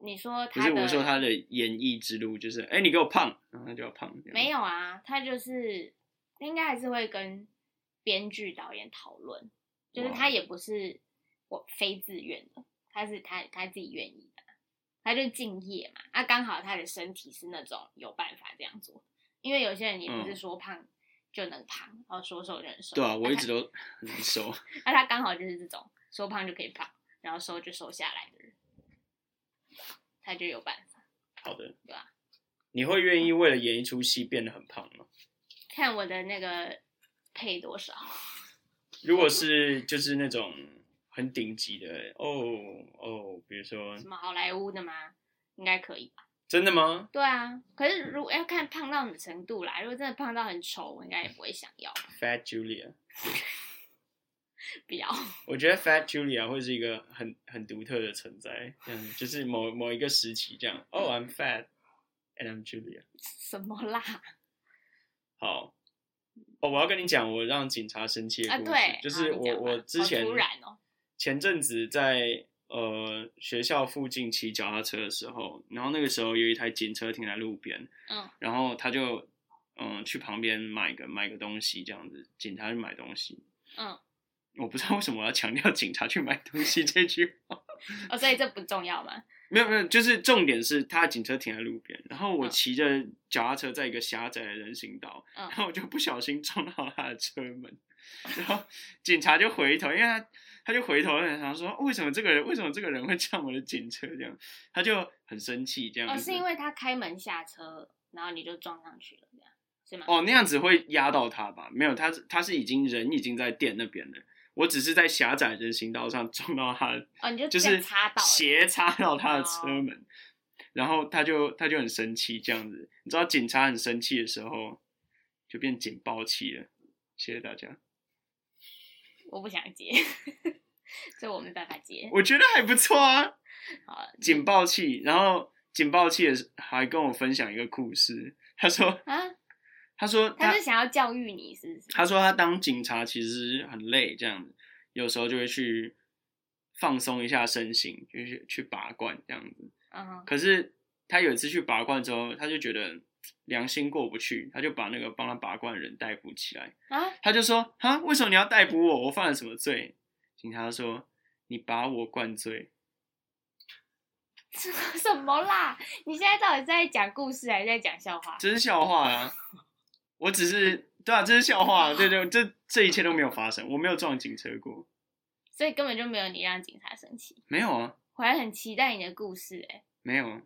[SPEAKER 3] 你说
[SPEAKER 2] 不
[SPEAKER 3] 他
[SPEAKER 2] 是
[SPEAKER 3] 的
[SPEAKER 2] 我说他的演艺之路就是，哎、你给我胖，然后他就要胖。
[SPEAKER 3] 没
[SPEAKER 2] 有，
[SPEAKER 3] 有啊，他就是应该还是会跟编剧导演讨论，就是
[SPEAKER 2] 哇
[SPEAKER 3] 他也不是我非自愿的，他是他他自己愿意的，他就敬业嘛。啊，刚好他的身体是那种有办法这样做，因为有些人也不是
[SPEAKER 2] 嗯
[SPEAKER 3] 说胖就能胖，然后说瘦就能瘦。
[SPEAKER 2] 对啊，我一直
[SPEAKER 3] 都。
[SPEAKER 2] 都 很瘦。
[SPEAKER 3] 那他刚好就是这种说胖就可以胖，然后瘦就瘦下来的人，他就有办法。
[SPEAKER 2] 好的，
[SPEAKER 3] 对啊
[SPEAKER 2] 你会愿意为了演一出戏变得很胖吗？
[SPEAKER 3] 看我的那个配多少。
[SPEAKER 2] 如果是就是那种很顶级的哦哦，比如说
[SPEAKER 3] 什么好莱坞的吗？应该可以吧？
[SPEAKER 2] 真的吗？
[SPEAKER 3] 对啊，可是如果要看胖到什么程度啦，如果真的胖到很丑，我应该也不会想要，
[SPEAKER 2] Fat Julia，
[SPEAKER 3] 不要。
[SPEAKER 2] 我觉得 Fat Julia 会是一个很很独特的存在，嗯，就是某某一个时期这样。Oh, I'm fat and I'm Julia。
[SPEAKER 3] 什么啦？
[SPEAKER 2] 好，哦，我要跟你讲，我让警察生气的
[SPEAKER 3] 啊，
[SPEAKER 2] 故事，
[SPEAKER 3] 对，
[SPEAKER 2] 就是
[SPEAKER 3] 好你讲
[SPEAKER 2] 我
[SPEAKER 3] 吧
[SPEAKER 2] 我之前
[SPEAKER 3] 好突然哦，
[SPEAKER 2] 前阵子在呃学校附近骑脚踏车的时候，然后那个时候有一台警车停在路边，
[SPEAKER 3] 嗯
[SPEAKER 2] 然后他就嗯去旁边买个买个东西这样子，警察去买东西。
[SPEAKER 3] 嗯，
[SPEAKER 2] 我不知道为什么我要强调警察去买东西这句话，
[SPEAKER 3] 哦，所以这不重要吗？
[SPEAKER 2] 没有没有，就是重点是他的警车停在路边，然后我
[SPEAKER 3] 嗯
[SPEAKER 2] 骑着脚踏车在一个狭窄的人行道，
[SPEAKER 3] 嗯
[SPEAKER 2] 然后我就不小心撞到他的车门，然后警察就回头，因为他他就回头然后说为什么这个人为什么这个人会撞我的警车这样，他就很生气这样
[SPEAKER 3] 哦，
[SPEAKER 2] 子。
[SPEAKER 3] 是因为他开门下车，然后你就撞上去了，这样是吗？
[SPEAKER 2] 哦那样子会压到他吧？没有，他是他是已经人已经在店那边了，我只是在狭窄人行道上撞到他的
[SPEAKER 3] 哦，你 就
[SPEAKER 2] 就
[SPEAKER 3] 这样
[SPEAKER 2] 是
[SPEAKER 3] 插到了哦
[SPEAKER 2] 斜插到他的车门，然后他就他就很生气这样子。你知道警察很生气的时候，就变警报器了。谢谢大家，
[SPEAKER 3] 我不想接，所以我没办法接。
[SPEAKER 2] 我觉得还不错啊，
[SPEAKER 3] 好了
[SPEAKER 2] 警报器。然后警报器也是还跟我分享一个故事，他说
[SPEAKER 3] 啊，
[SPEAKER 2] 他说
[SPEAKER 3] 他
[SPEAKER 2] 他
[SPEAKER 3] 是想要教育你，是不是？
[SPEAKER 2] 他说他当警察其实很累，这样子，有时候就会去放松一下身心，就是去拔罐这样子。
[SPEAKER 3] 嗯哼，
[SPEAKER 2] 可是他有一次去拔罐之后，他就觉得良心过不去，他就把那个帮他拔罐的人逮捕起来。
[SPEAKER 3] 啊，
[SPEAKER 2] 他就说：“哈，为什么你要逮捕我？我犯了什么罪？”警察说：“你把我灌醉。
[SPEAKER 3] 什么啦？你现在到底是在讲故事还是在讲笑话”？
[SPEAKER 2] 这是笑话啊！我只是对啊，这是笑话、啊，对对，这这一切都没有发生，我没有撞警车过，
[SPEAKER 3] 所以根本就没有你让警察生气。
[SPEAKER 2] 没有啊，
[SPEAKER 3] 我还很期待你的故事哎、
[SPEAKER 2] 没有啊，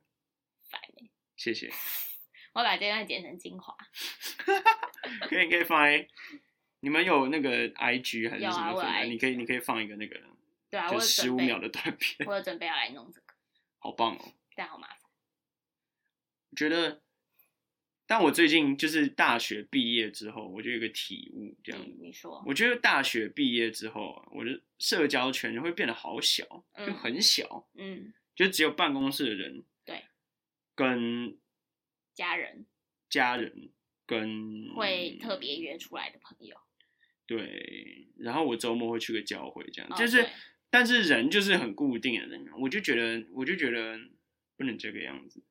[SPEAKER 3] 烦欸
[SPEAKER 2] 谢谢。
[SPEAKER 3] 我把这段剪成精华。
[SPEAKER 2] 可以可以放在，你们有那个 IG 还是
[SPEAKER 3] 有啊
[SPEAKER 2] 什么
[SPEAKER 3] 我
[SPEAKER 2] 粉
[SPEAKER 3] 有
[SPEAKER 2] 丝？
[SPEAKER 3] IG
[SPEAKER 2] 你可以你可以放一个那个，
[SPEAKER 3] 对啊，我
[SPEAKER 2] 就
[SPEAKER 3] 有
[SPEAKER 2] 十
[SPEAKER 3] 准
[SPEAKER 2] 五
[SPEAKER 3] 备，
[SPEAKER 2] 秒的短片，
[SPEAKER 3] 我有准备要来弄这个，
[SPEAKER 2] 好棒哦！
[SPEAKER 3] 但好麻烦。
[SPEAKER 2] 我觉得，但我最近就是大学毕业之后，我就有一个体悟，这样
[SPEAKER 3] 你
[SPEAKER 2] 子。
[SPEAKER 3] 你说，
[SPEAKER 2] 我觉得大学毕业之后啊，我的社交圈就会变得好小，就
[SPEAKER 3] 嗯
[SPEAKER 2] 很小，
[SPEAKER 3] 嗯，
[SPEAKER 2] 就只有办公室的人，
[SPEAKER 3] 对，
[SPEAKER 2] 跟
[SPEAKER 3] 家人
[SPEAKER 2] 家人，跟
[SPEAKER 3] 会特
[SPEAKER 2] 嗯
[SPEAKER 3] 别约出来的朋友，
[SPEAKER 2] 对，然后我周末会去个教会，这样、
[SPEAKER 3] 哦
[SPEAKER 2] 嗯就是
[SPEAKER 3] 对，
[SPEAKER 2] 但是人就是很固定的人，啊我就觉得，我就觉得不能这个样子，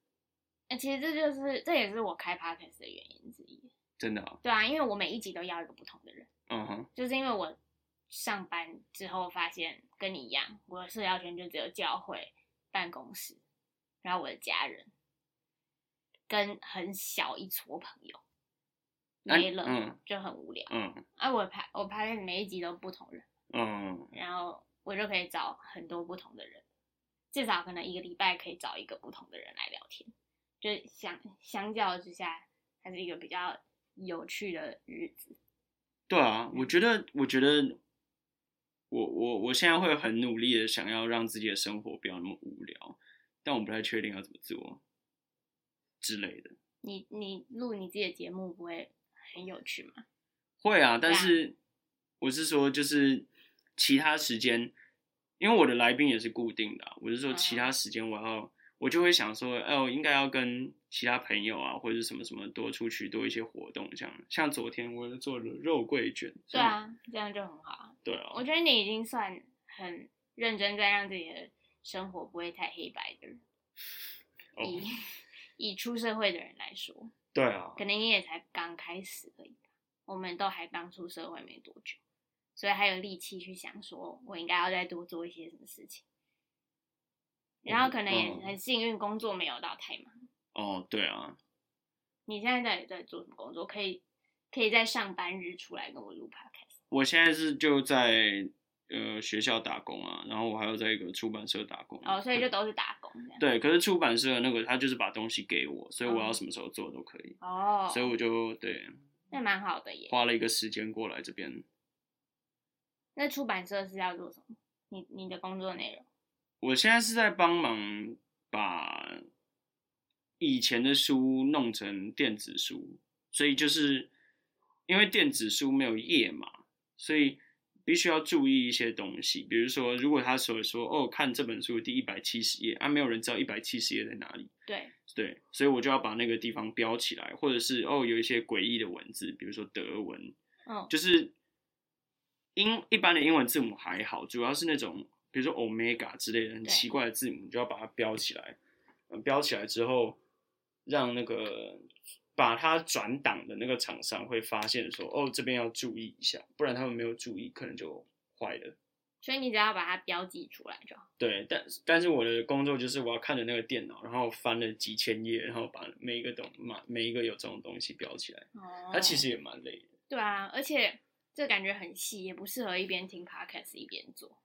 [SPEAKER 3] 哎、其实这就是这也是我开 podcast 的原因之一。
[SPEAKER 2] 真的、啊，
[SPEAKER 3] 对啊，因为我每一集都要一个不同的人，
[SPEAKER 2] 嗯哼，
[SPEAKER 3] 就是因为我上班之后发现跟你一样，我的社交圈就只有教会、办公室，然后我的家人，跟很小一撮朋友，
[SPEAKER 2] 那
[SPEAKER 3] 没了、
[SPEAKER 2] 嗯
[SPEAKER 3] 就很无聊。
[SPEAKER 2] 嗯
[SPEAKER 3] 啊，我拍我拍的每一集都不同人，
[SPEAKER 2] 嗯，
[SPEAKER 3] 然后我就可以找很多不同的人，至少可能一个礼拜可以找一个不同的人来聊天，就是相相较之下，还是一个比较有趣的日子。
[SPEAKER 2] 对啊，我觉得，我觉得，我我我现在会很努力的想要让自己的生活不要那么无聊，但我不太确定要怎么做之类的。
[SPEAKER 3] 你你录你自己的节目不会很有趣吗？
[SPEAKER 2] 会啊，但
[SPEAKER 3] 对啊
[SPEAKER 2] 是我是说，就是其他时间，因为我的来宾也是固定的啊、我是说
[SPEAKER 3] 嗯
[SPEAKER 2] 其他时间我要，我就会想说，哦，应该要跟其他朋友啊，或者是什么什么多出去多一些活动，这样。像昨天我就做了肉桂卷，
[SPEAKER 3] 对，啊，这样就很好啊。
[SPEAKER 2] 对啊，
[SPEAKER 3] 我觉得你已经算很认真，在让自己的生活不会太黑白的人。
[SPEAKER 2] 哦
[SPEAKER 3] 以 以出社会的人来说，
[SPEAKER 2] 对啊，
[SPEAKER 3] 可能你也才刚开始而已吧，我们都还刚出社会没多久，所以还有力气去想说我应该要再多做一些什么事情。然后可能也
[SPEAKER 2] 嗯
[SPEAKER 3] 很幸运，工作没有到太忙。
[SPEAKER 2] 哦，对啊，
[SPEAKER 3] 你现在到底在做什么工作？可以可以在上班日出来跟我录 podcast。
[SPEAKER 2] 我现在是就在呃学校打工啊，然后我还有在一个出版社打工。啊
[SPEAKER 3] 哦，所以就都是打工这样。
[SPEAKER 2] 嗯对，可是出版社那个他就是把东西给我，所以我要
[SPEAKER 3] 哦
[SPEAKER 2] 什么时候做都可以，
[SPEAKER 3] 哦，
[SPEAKER 2] 所以我就对
[SPEAKER 3] 那蛮好的耶。
[SPEAKER 2] 花了一个时间过来这边。
[SPEAKER 3] 那出版社是要做什么？你你的工作内容？
[SPEAKER 2] 我现在是在帮忙把以前的书弄成电子书，所以就是因为电子书没有页码，所以必须要注意一些东西。比如说，如果他所说哦，看这本书第一百七十页啊，没有人知道一百七十页在哪里，
[SPEAKER 3] 对，
[SPEAKER 2] 对，所以我就要把那个地方标起来，或者是哦有一些诡异的文字，比如说德文，
[SPEAKER 3] 嗯，
[SPEAKER 2] 就是英一般的英文字母还好，主要是那种比如说 omega 之类的很
[SPEAKER 3] 对
[SPEAKER 2] 奇怪的字母，你就要把它标起来。嗯标起来之后，让那个把它转档的那个厂商会发现说，哦，这边要注意一下，不然他们没有注意，可能就坏了。
[SPEAKER 3] 所以你只要把它标记出来就好。
[SPEAKER 2] 对，但但是我的工作就是我要看着那个电脑，然后翻了几千页，然后把每一个东每每一个有这种东西标起来。
[SPEAKER 3] 哦
[SPEAKER 2] 它其实也蛮累的。
[SPEAKER 3] 对啊，而且这感觉很细，也不适合一边听 podcast 一边做，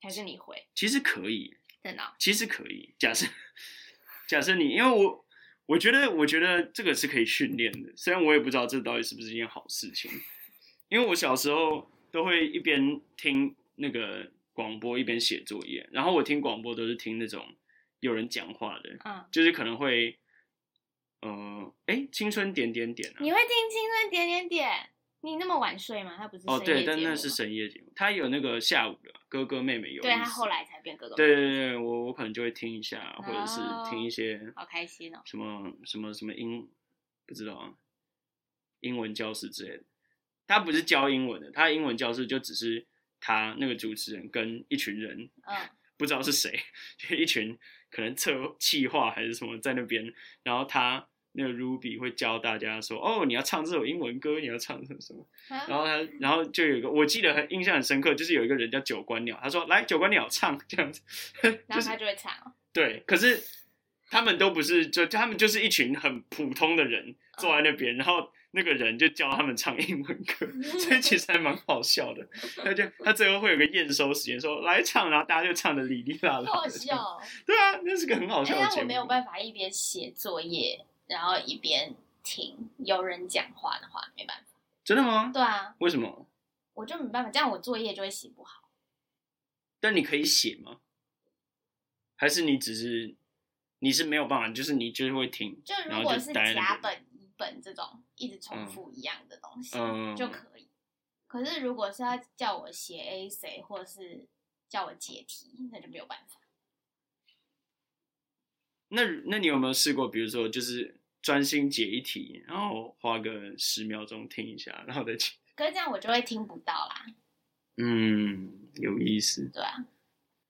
[SPEAKER 3] 还是你会
[SPEAKER 2] 其实可以，
[SPEAKER 3] 真的哦、
[SPEAKER 2] 其实可以。假设假设你，因为我我觉得我觉得这个是可以训练的，虽然我也不知道这到底是不是一件好事情，因为我小时候都会一边听那个广播一边写作业，然后我听广播都是听那种有人讲话的，
[SPEAKER 3] 嗯，
[SPEAKER 2] 就是可能会。呃，哎，青春点点点啊！
[SPEAKER 3] 你会听青春点点点？你那么晚睡吗？它不是
[SPEAKER 2] 哦，
[SPEAKER 3] 深
[SPEAKER 2] 对，
[SPEAKER 3] 夜
[SPEAKER 2] 但
[SPEAKER 3] 节
[SPEAKER 2] 那
[SPEAKER 3] 目
[SPEAKER 2] 是
[SPEAKER 3] 吗
[SPEAKER 2] 深夜节目，他有那个下午的哥哥妹妹有
[SPEAKER 3] 对
[SPEAKER 2] 意
[SPEAKER 3] 他
[SPEAKER 2] 思
[SPEAKER 3] 后来才变哥哥，
[SPEAKER 2] 对，对对对，我我可能就会听一下，或者是
[SPEAKER 3] 哦
[SPEAKER 2] 听一些
[SPEAKER 3] 好开心哦。
[SPEAKER 2] 什么什么什么英不知道啊，英文教室之类的。他不是教英文的，他英文教室就只是他那个主持人跟一群人
[SPEAKER 3] 嗯，
[SPEAKER 2] 不知道是谁，就一群可能策气划还是什么在那边，然后他那个 Ruby 会教大家说，哦，你要唱这首英文歌，你要唱什么什么，
[SPEAKER 3] 嗯
[SPEAKER 2] 然后他，然后就有一个，我记得很印象很深刻，就是有一个人叫九官鸟，他说来九官鸟唱这样子，
[SPEAKER 3] 然
[SPEAKER 2] 就
[SPEAKER 3] 后
[SPEAKER 2] 是
[SPEAKER 3] 他就会唱哦，
[SPEAKER 2] 对，可是他们都不是，就他们就是一群很普通的
[SPEAKER 3] 嗯
[SPEAKER 2] 人坐在那边，然后那个人就教他们唱英文歌，
[SPEAKER 3] 嗯
[SPEAKER 2] 所以其实还蛮好笑 的。他就他最后会有个验收时间，说来唱，然后大家就唱的哩哩啦啦的。
[SPEAKER 3] 好笑。
[SPEAKER 2] 对啊，那是个很好
[SPEAKER 3] 哎，
[SPEAKER 2] 笑的
[SPEAKER 3] 但
[SPEAKER 2] 节
[SPEAKER 3] 我
[SPEAKER 2] 目。
[SPEAKER 3] 没有办法一边写作业，然后一边听有人讲话的话，没办法。
[SPEAKER 2] 真的吗？
[SPEAKER 3] 对啊，
[SPEAKER 2] 为什么？
[SPEAKER 3] 我就没办法，这样我作业就会写不好。
[SPEAKER 2] 但你可以写吗？还是你只是你是没有办法，就是你就是会听，
[SPEAKER 3] 就
[SPEAKER 2] 然
[SPEAKER 3] 如
[SPEAKER 2] 后
[SPEAKER 3] 果
[SPEAKER 2] 就是待在那
[SPEAKER 3] 甲
[SPEAKER 2] 边
[SPEAKER 3] 本、乙本这种一直重
[SPEAKER 2] 嗯
[SPEAKER 3] 复一样的东西，
[SPEAKER 2] 嗯
[SPEAKER 3] 就可以。可是如果是要叫我写 A C，或者是叫我解题，那就没有办法。
[SPEAKER 2] 那那你有没有试过，比如说就是专心解一题，然后花个十秒钟听一下，然后再解？
[SPEAKER 3] 可是这样我就会听不到啦。
[SPEAKER 2] 嗯，有意思。
[SPEAKER 3] 对啊，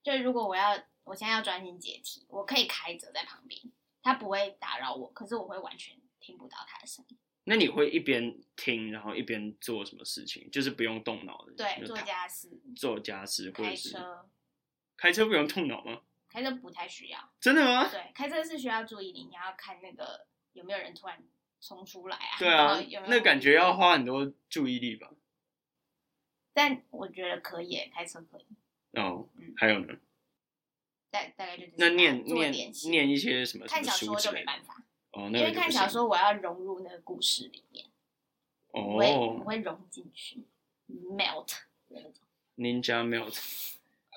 [SPEAKER 3] 就如果我要我现在要专心解题，我可以开着在旁边，它不会打扰我，可是我会完全听不到它的声音。
[SPEAKER 2] 那你会一边听，然后一边做什么事情？就是不用动脑的，
[SPEAKER 3] 对，
[SPEAKER 2] 就
[SPEAKER 3] 做
[SPEAKER 2] 躺
[SPEAKER 3] 家事、
[SPEAKER 2] 做家事或
[SPEAKER 3] 开
[SPEAKER 2] 者是
[SPEAKER 3] 车，
[SPEAKER 2] 开车不用动脑吗？
[SPEAKER 3] 开车不太需要。
[SPEAKER 2] 真的吗？
[SPEAKER 3] 对，开车是需要注意力，你要看那个有没有人突然冲出来啊。
[SPEAKER 2] 对
[SPEAKER 3] 然
[SPEAKER 2] 啊
[SPEAKER 3] 后有，没有
[SPEAKER 2] 那感觉要花很多注意力吧。
[SPEAKER 3] 但我觉得可以耶，开车可以。
[SPEAKER 2] 哦
[SPEAKER 3] 嗯，
[SPEAKER 2] 还有呢？
[SPEAKER 3] 大大概就只是
[SPEAKER 2] 那念
[SPEAKER 3] 做
[SPEAKER 2] 念
[SPEAKER 3] 练习，
[SPEAKER 2] 念一些什么什
[SPEAKER 3] 看
[SPEAKER 2] 么
[SPEAKER 3] 小
[SPEAKER 2] 书
[SPEAKER 3] 说
[SPEAKER 2] 之
[SPEAKER 3] 就
[SPEAKER 2] 类
[SPEAKER 3] 没
[SPEAKER 2] 的？
[SPEAKER 3] 办法，
[SPEAKER 2] 哦，那个
[SPEAKER 3] 因为
[SPEAKER 2] 就不
[SPEAKER 3] 看小
[SPEAKER 2] 行
[SPEAKER 3] 说我要融入那个故事里面，我会我
[SPEAKER 2] 哦
[SPEAKER 3] 会融进去，melt 那种。
[SPEAKER 2] ，Ninja Melt，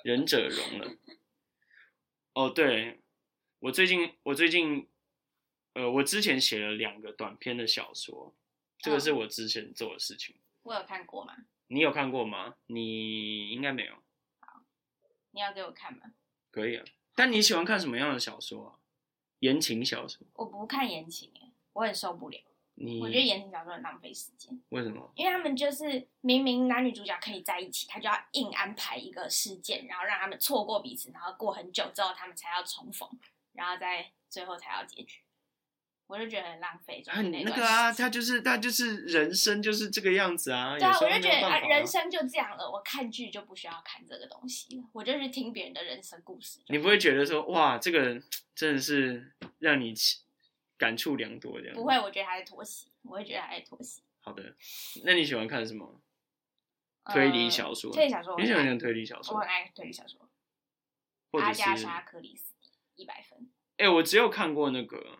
[SPEAKER 2] 忍者容了。哦，对，我最近我最近，呃，我之前写了两个短篇的小说，这个
[SPEAKER 3] 嗯
[SPEAKER 2] 是我之前做的事情。
[SPEAKER 3] 我有看过吗？
[SPEAKER 2] 你有看过吗？你应该没有，
[SPEAKER 3] 你要给我看吗？
[SPEAKER 2] 可以啊。但你喜欢看什么样的小说啊？言情小说？
[SPEAKER 3] 我不看言情、欸，我很受不了。
[SPEAKER 2] 你
[SPEAKER 3] 我觉得言情小说很浪费时间，
[SPEAKER 2] 为什么？
[SPEAKER 3] 因为他们就是明明男女主角可以在一起，他就要硬安排一个事件，然后让他们错过彼此，然后过很久之后他们才要重逢，然后再最后才要结局。我就觉得很浪费，就
[SPEAKER 2] 啊，
[SPEAKER 3] 是
[SPEAKER 2] 你那
[SPEAKER 3] 段
[SPEAKER 2] 个啊，
[SPEAKER 3] 时间
[SPEAKER 2] 他就是他就是人生就是这个样子啊。
[SPEAKER 3] 对啊
[SPEAKER 2] 有，时
[SPEAKER 3] 我
[SPEAKER 2] 候
[SPEAKER 3] 就觉
[SPEAKER 2] 没有
[SPEAKER 3] 得啊，
[SPEAKER 2] 办法
[SPEAKER 3] 人生就这样了，我看剧就不需要看这个东西了，我就是听别人的人生故事就好。
[SPEAKER 2] 你不会觉得说哇，这个人真的是让你起感触良多这样？
[SPEAKER 3] 不，会？我觉得他在拖戏，我会觉得他在拖戏。
[SPEAKER 2] 好的。那你喜欢看什么？推理
[SPEAKER 3] 呃
[SPEAKER 2] 小说
[SPEAKER 3] 推理小说我
[SPEAKER 2] 你喜欢
[SPEAKER 3] 很爱
[SPEAKER 2] 看推理小
[SPEAKER 3] 我
[SPEAKER 2] 说
[SPEAKER 3] 很，爱推理小说，
[SPEAKER 2] 或
[SPEAKER 3] 阿
[SPEAKER 2] 者是
[SPEAKER 3] 加莎·克里斯蒂一百分，
[SPEAKER 2] 哎、我只有看过那个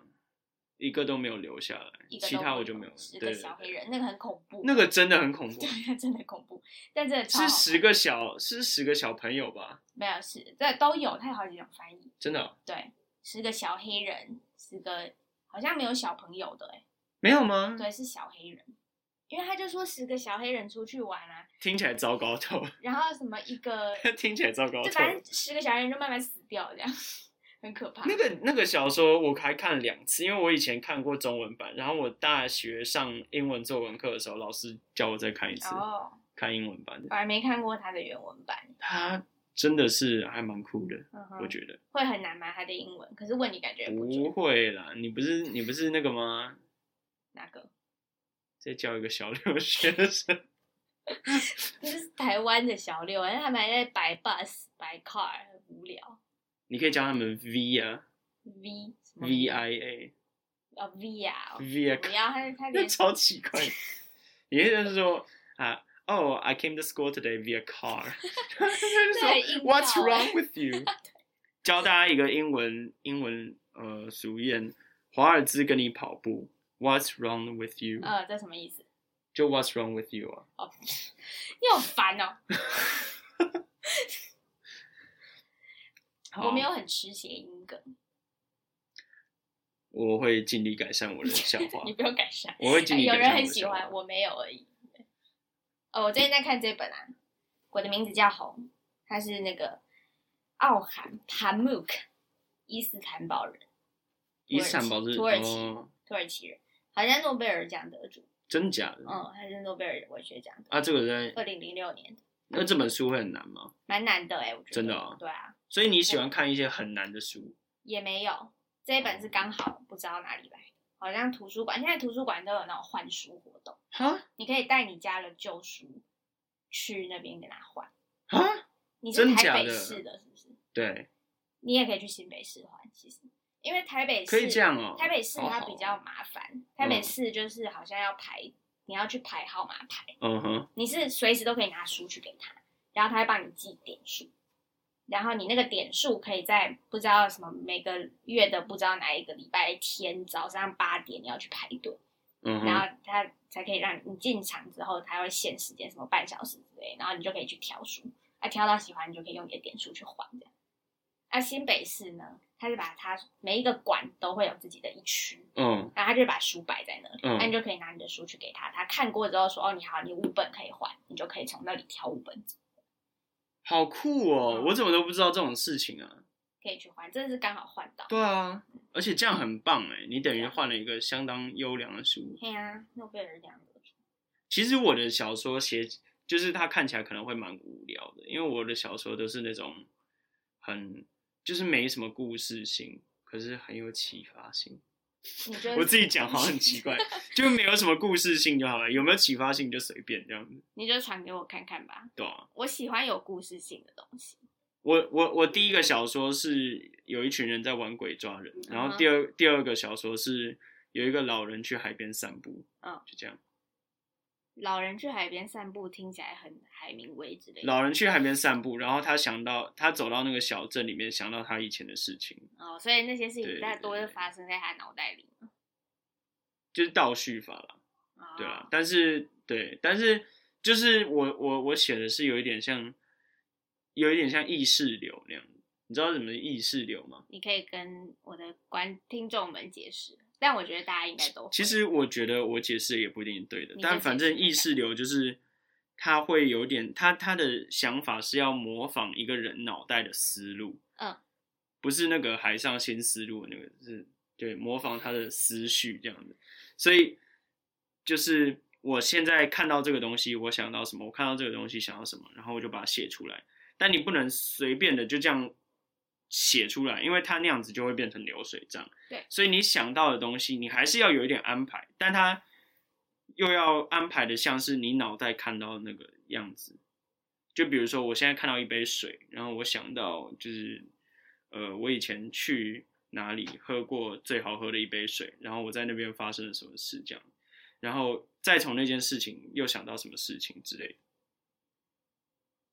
[SPEAKER 2] 一个都没有留下来
[SPEAKER 3] 一，个
[SPEAKER 2] 其
[SPEAKER 3] 都
[SPEAKER 2] 他
[SPEAKER 3] 不
[SPEAKER 2] 我就
[SPEAKER 3] 懂
[SPEAKER 2] 没有。
[SPEAKER 3] 十
[SPEAKER 2] 对
[SPEAKER 3] 个
[SPEAKER 2] 对
[SPEAKER 3] 小黑
[SPEAKER 2] 对
[SPEAKER 3] 人，那个很恐怖，
[SPEAKER 2] 那个真的很恐怖，
[SPEAKER 3] 对， 真的恐怖，但真的超
[SPEAKER 2] 是
[SPEAKER 3] 好看
[SPEAKER 2] 十个小是十个小朋友吧？
[SPEAKER 3] 没有是，这都有，它有好几种翻译，
[SPEAKER 2] 真的哦、
[SPEAKER 3] 对，十个小黑人，十个好像没有小朋友的、欸，
[SPEAKER 2] 没有吗？
[SPEAKER 3] 对，是小黑人，因为他就说十个小黑人出去玩啊，
[SPEAKER 2] 听起来糟糕 透了，，
[SPEAKER 3] 然后什么一个
[SPEAKER 2] 听起来糟糕
[SPEAKER 3] 就
[SPEAKER 2] 透了。
[SPEAKER 3] 反正十个小黑人就慢慢死掉，这样 很可怕。
[SPEAKER 2] 那个那个小说我还看两次，因为我以前看过中文版，然后我大学上英文作文课的时候，老师叫我再看一次，
[SPEAKER 3] 哦，
[SPEAKER 2] 看英文版
[SPEAKER 3] 我
[SPEAKER 2] 的。
[SPEAKER 3] 还没看过他的原文版，
[SPEAKER 2] 它真的是还蛮酷的，
[SPEAKER 3] 嗯
[SPEAKER 2] 我
[SPEAKER 3] 哼，
[SPEAKER 2] 觉哦得。
[SPEAKER 3] 会很难吗？他的英文，可是问你感嗯觉也不准
[SPEAKER 2] 不会啦，你不是你不是那个吗？
[SPEAKER 3] 哪个？
[SPEAKER 2] 再叫一个小留学生，
[SPEAKER 3] 那是台湾的小六，但是他们还在白 bus 白 car，很无聊。
[SPEAKER 2] 你可以叫他们 V 啊
[SPEAKER 3] V 什么
[SPEAKER 2] ，V I A
[SPEAKER 3] 啊 V 啊，哦
[SPEAKER 2] V 啊
[SPEAKER 3] 不，要他他
[SPEAKER 2] 那
[SPEAKER 3] 连
[SPEAKER 2] 超奇怪的。也就是说啊，哦、i came to school today via car 。就是说
[SPEAKER 3] 对硬
[SPEAKER 2] What's
[SPEAKER 3] 要欸
[SPEAKER 2] wrong with you？教大家一个英文英文呃俗谚：华尔兹跟你跑步。What's wrong with you？、
[SPEAKER 3] 呃这什么意思？
[SPEAKER 2] 就 What's wrong with you 啊？
[SPEAKER 3] 哦，你好烦哦！我没有很吃谐音梗，
[SPEAKER 2] 我会尽力改善我的笑 话
[SPEAKER 3] 你。不用改善。
[SPEAKER 2] 我会尽力
[SPEAKER 3] 哎有
[SPEAKER 2] 改善我
[SPEAKER 3] 人
[SPEAKER 2] 的
[SPEAKER 3] 很喜
[SPEAKER 2] 笑话
[SPEAKER 3] 欢，。我没有而已。哦，我最近在看这本啊，我的名字叫红，他是那个奥罕盘木克，伊斯坦堡人，
[SPEAKER 2] 伊斯坦堡是
[SPEAKER 3] 土耳其
[SPEAKER 2] 哦，
[SPEAKER 3] 土耳其人，好像诺贝尔奖得主。
[SPEAKER 2] 真假的？
[SPEAKER 3] 嗯，他是诺贝尔文学奖的，
[SPEAKER 2] 啊，这个在
[SPEAKER 3] 二零零六年的。
[SPEAKER 2] 那这本书会很难吗？
[SPEAKER 3] 蛮难的哎、我觉得。
[SPEAKER 2] 真的哦
[SPEAKER 3] 对啊，
[SPEAKER 2] 所以你喜欢看一些很难的书？
[SPEAKER 3] 也没有，这一本是刚好不知道哪里来，好像图书馆现在图书馆都有那种换书活动，
[SPEAKER 2] 哈
[SPEAKER 3] 你可以带你家的旧书去那边跟他换。
[SPEAKER 2] 哈，
[SPEAKER 3] 你是
[SPEAKER 2] 真假
[SPEAKER 3] 台北
[SPEAKER 2] 的
[SPEAKER 3] 市的，是不是？
[SPEAKER 2] 对，
[SPEAKER 3] 你也可以去新北市换，其实因为台北市
[SPEAKER 2] 可以这样哦。
[SPEAKER 3] 台北市
[SPEAKER 2] 好
[SPEAKER 3] 它
[SPEAKER 2] 好嗯
[SPEAKER 3] 比
[SPEAKER 2] 哦
[SPEAKER 3] 较麻烦，台北市就是好像要排，你要去排号码牌，
[SPEAKER 2] 嗯哼，
[SPEAKER 3] 你是随时都可以拿书去给他，然后他会帮你记点数，然后你那个点数可以在不知道什么每个月的不知道哪一个礼拜天早上八点你要去排队，
[SPEAKER 2] 嗯
[SPEAKER 3] 然
[SPEAKER 2] 哼，
[SPEAKER 3] 后他才可以让你你进场之后，他会限时间什么半小时之类，然后你就可以去挑书，啊，挑到喜欢你就可以用你的点数去换这样。那、新北市呢，它是把它每一个馆都会有自己的一区，
[SPEAKER 2] 嗯
[SPEAKER 3] 然后他就把书摆在那里，
[SPEAKER 2] 嗯
[SPEAKER 3] 那、你就可以拿你的书去给他，他看过之后说，哦，你好，你五本可以换，你就可以从那里挑五本
[SPEAKER 2] 好酷哦！
[SPEAKER 3] 嗯
[SPEAKER 2] 我怎么都不知道这种事情啊？
[SPEAKER 3] 可以去换，真的是刚好换到。
[SPEAKER 2] 对啊，而且这样很棒哎，你等于换了一个相当优良的书。
[SPEAKER 3] 对呀、诺贝尔奖得主
[SPEAKER 2] 其实我的小说写，就是它看起来可能会蛮无聊的，因为我的小说都是那种很就是没什么故事性，可是很有启发性。
[SPEAKER 3] 你觉得
[SPEAKER 2] 我自己讲好像很奇怪，就没有什么故事性就好了，有没有启发性就随便这样子，
[SPEAKER 3] 你就传给我看看吧，
[SPEAKER 2] 对啊。
[SPEAKER 3] 我喜欢有故事性的东西。
[SPEAKER 2] 我我我第一个小说是有一群人在玩鬼抓人，
[SPEAKER 3] 嗯
[SPEAKER 2] 然后第二、第二个小说是有一个老人去海边散步，
[SPEAKER 3] 嗯
[SPEAKER 2] 就这样。
[SPEAKER 3] 老人去海边散步听起来很海明威之类的，
[SPEAKER 2] 老人去海边散步，然后他想到他走到那个小镇里面，想到他以前的事情，
[SPEAKER 3] 哦，所以那些事
[SPEAKER 2] 对
[SPEAKER 3] 情大多
[SPEAKER 2] 对
[SPEAKER 3] 是
[SPEAKER 2] 对
[SPEAKER 3] 发生在他脑袋里。
[SPEAKER 2] 就是倒叙法啦，
[SPEAKER 3] 哦
[SPEAKER 2] 对啊。但是对，但是就是我我我写的是有一点像，有一点像意识流那样。你知道什么是意识流吗？
[SPEAKER 3] 你可以跟我的观听众们解释，但我觉得大家应该都会
[SPEAKER 2] 其实我觉得我解释也不一定对的
[SPEAKER 3] 你，就
[SPEAKER 2] 但反正
[SPEAKER 3] 解释看看
[SPEAKER 2] 意识流就是他会有点，他他的想法是要模仿一个人脑袋的思路，
[SPEAKER 3] 嗯，
[SPEAKER 2] 不是那个海上新思路的那个，是对模仿他的思绪这样子。所以就是我现在看到这个东西，我想到什么，我看到这个东西想到什么，然后我就把它写出来。但你不能随便的就这样写出来，因为它那样子就会变成流水账。
[SPEAKER 3] 对
[SPEAKER 2] 所以你想到的东西，你还是要有一点安排，但它又要安排的像是你脑袋看到的那个样子。就比如说，我现在看到一杯水，然后我想到就是，呃，我以前去哪里喝过最好喝的一杯水，然后我在那边发生了什么事这样，然后再从那件事情又想到什么事情之类的。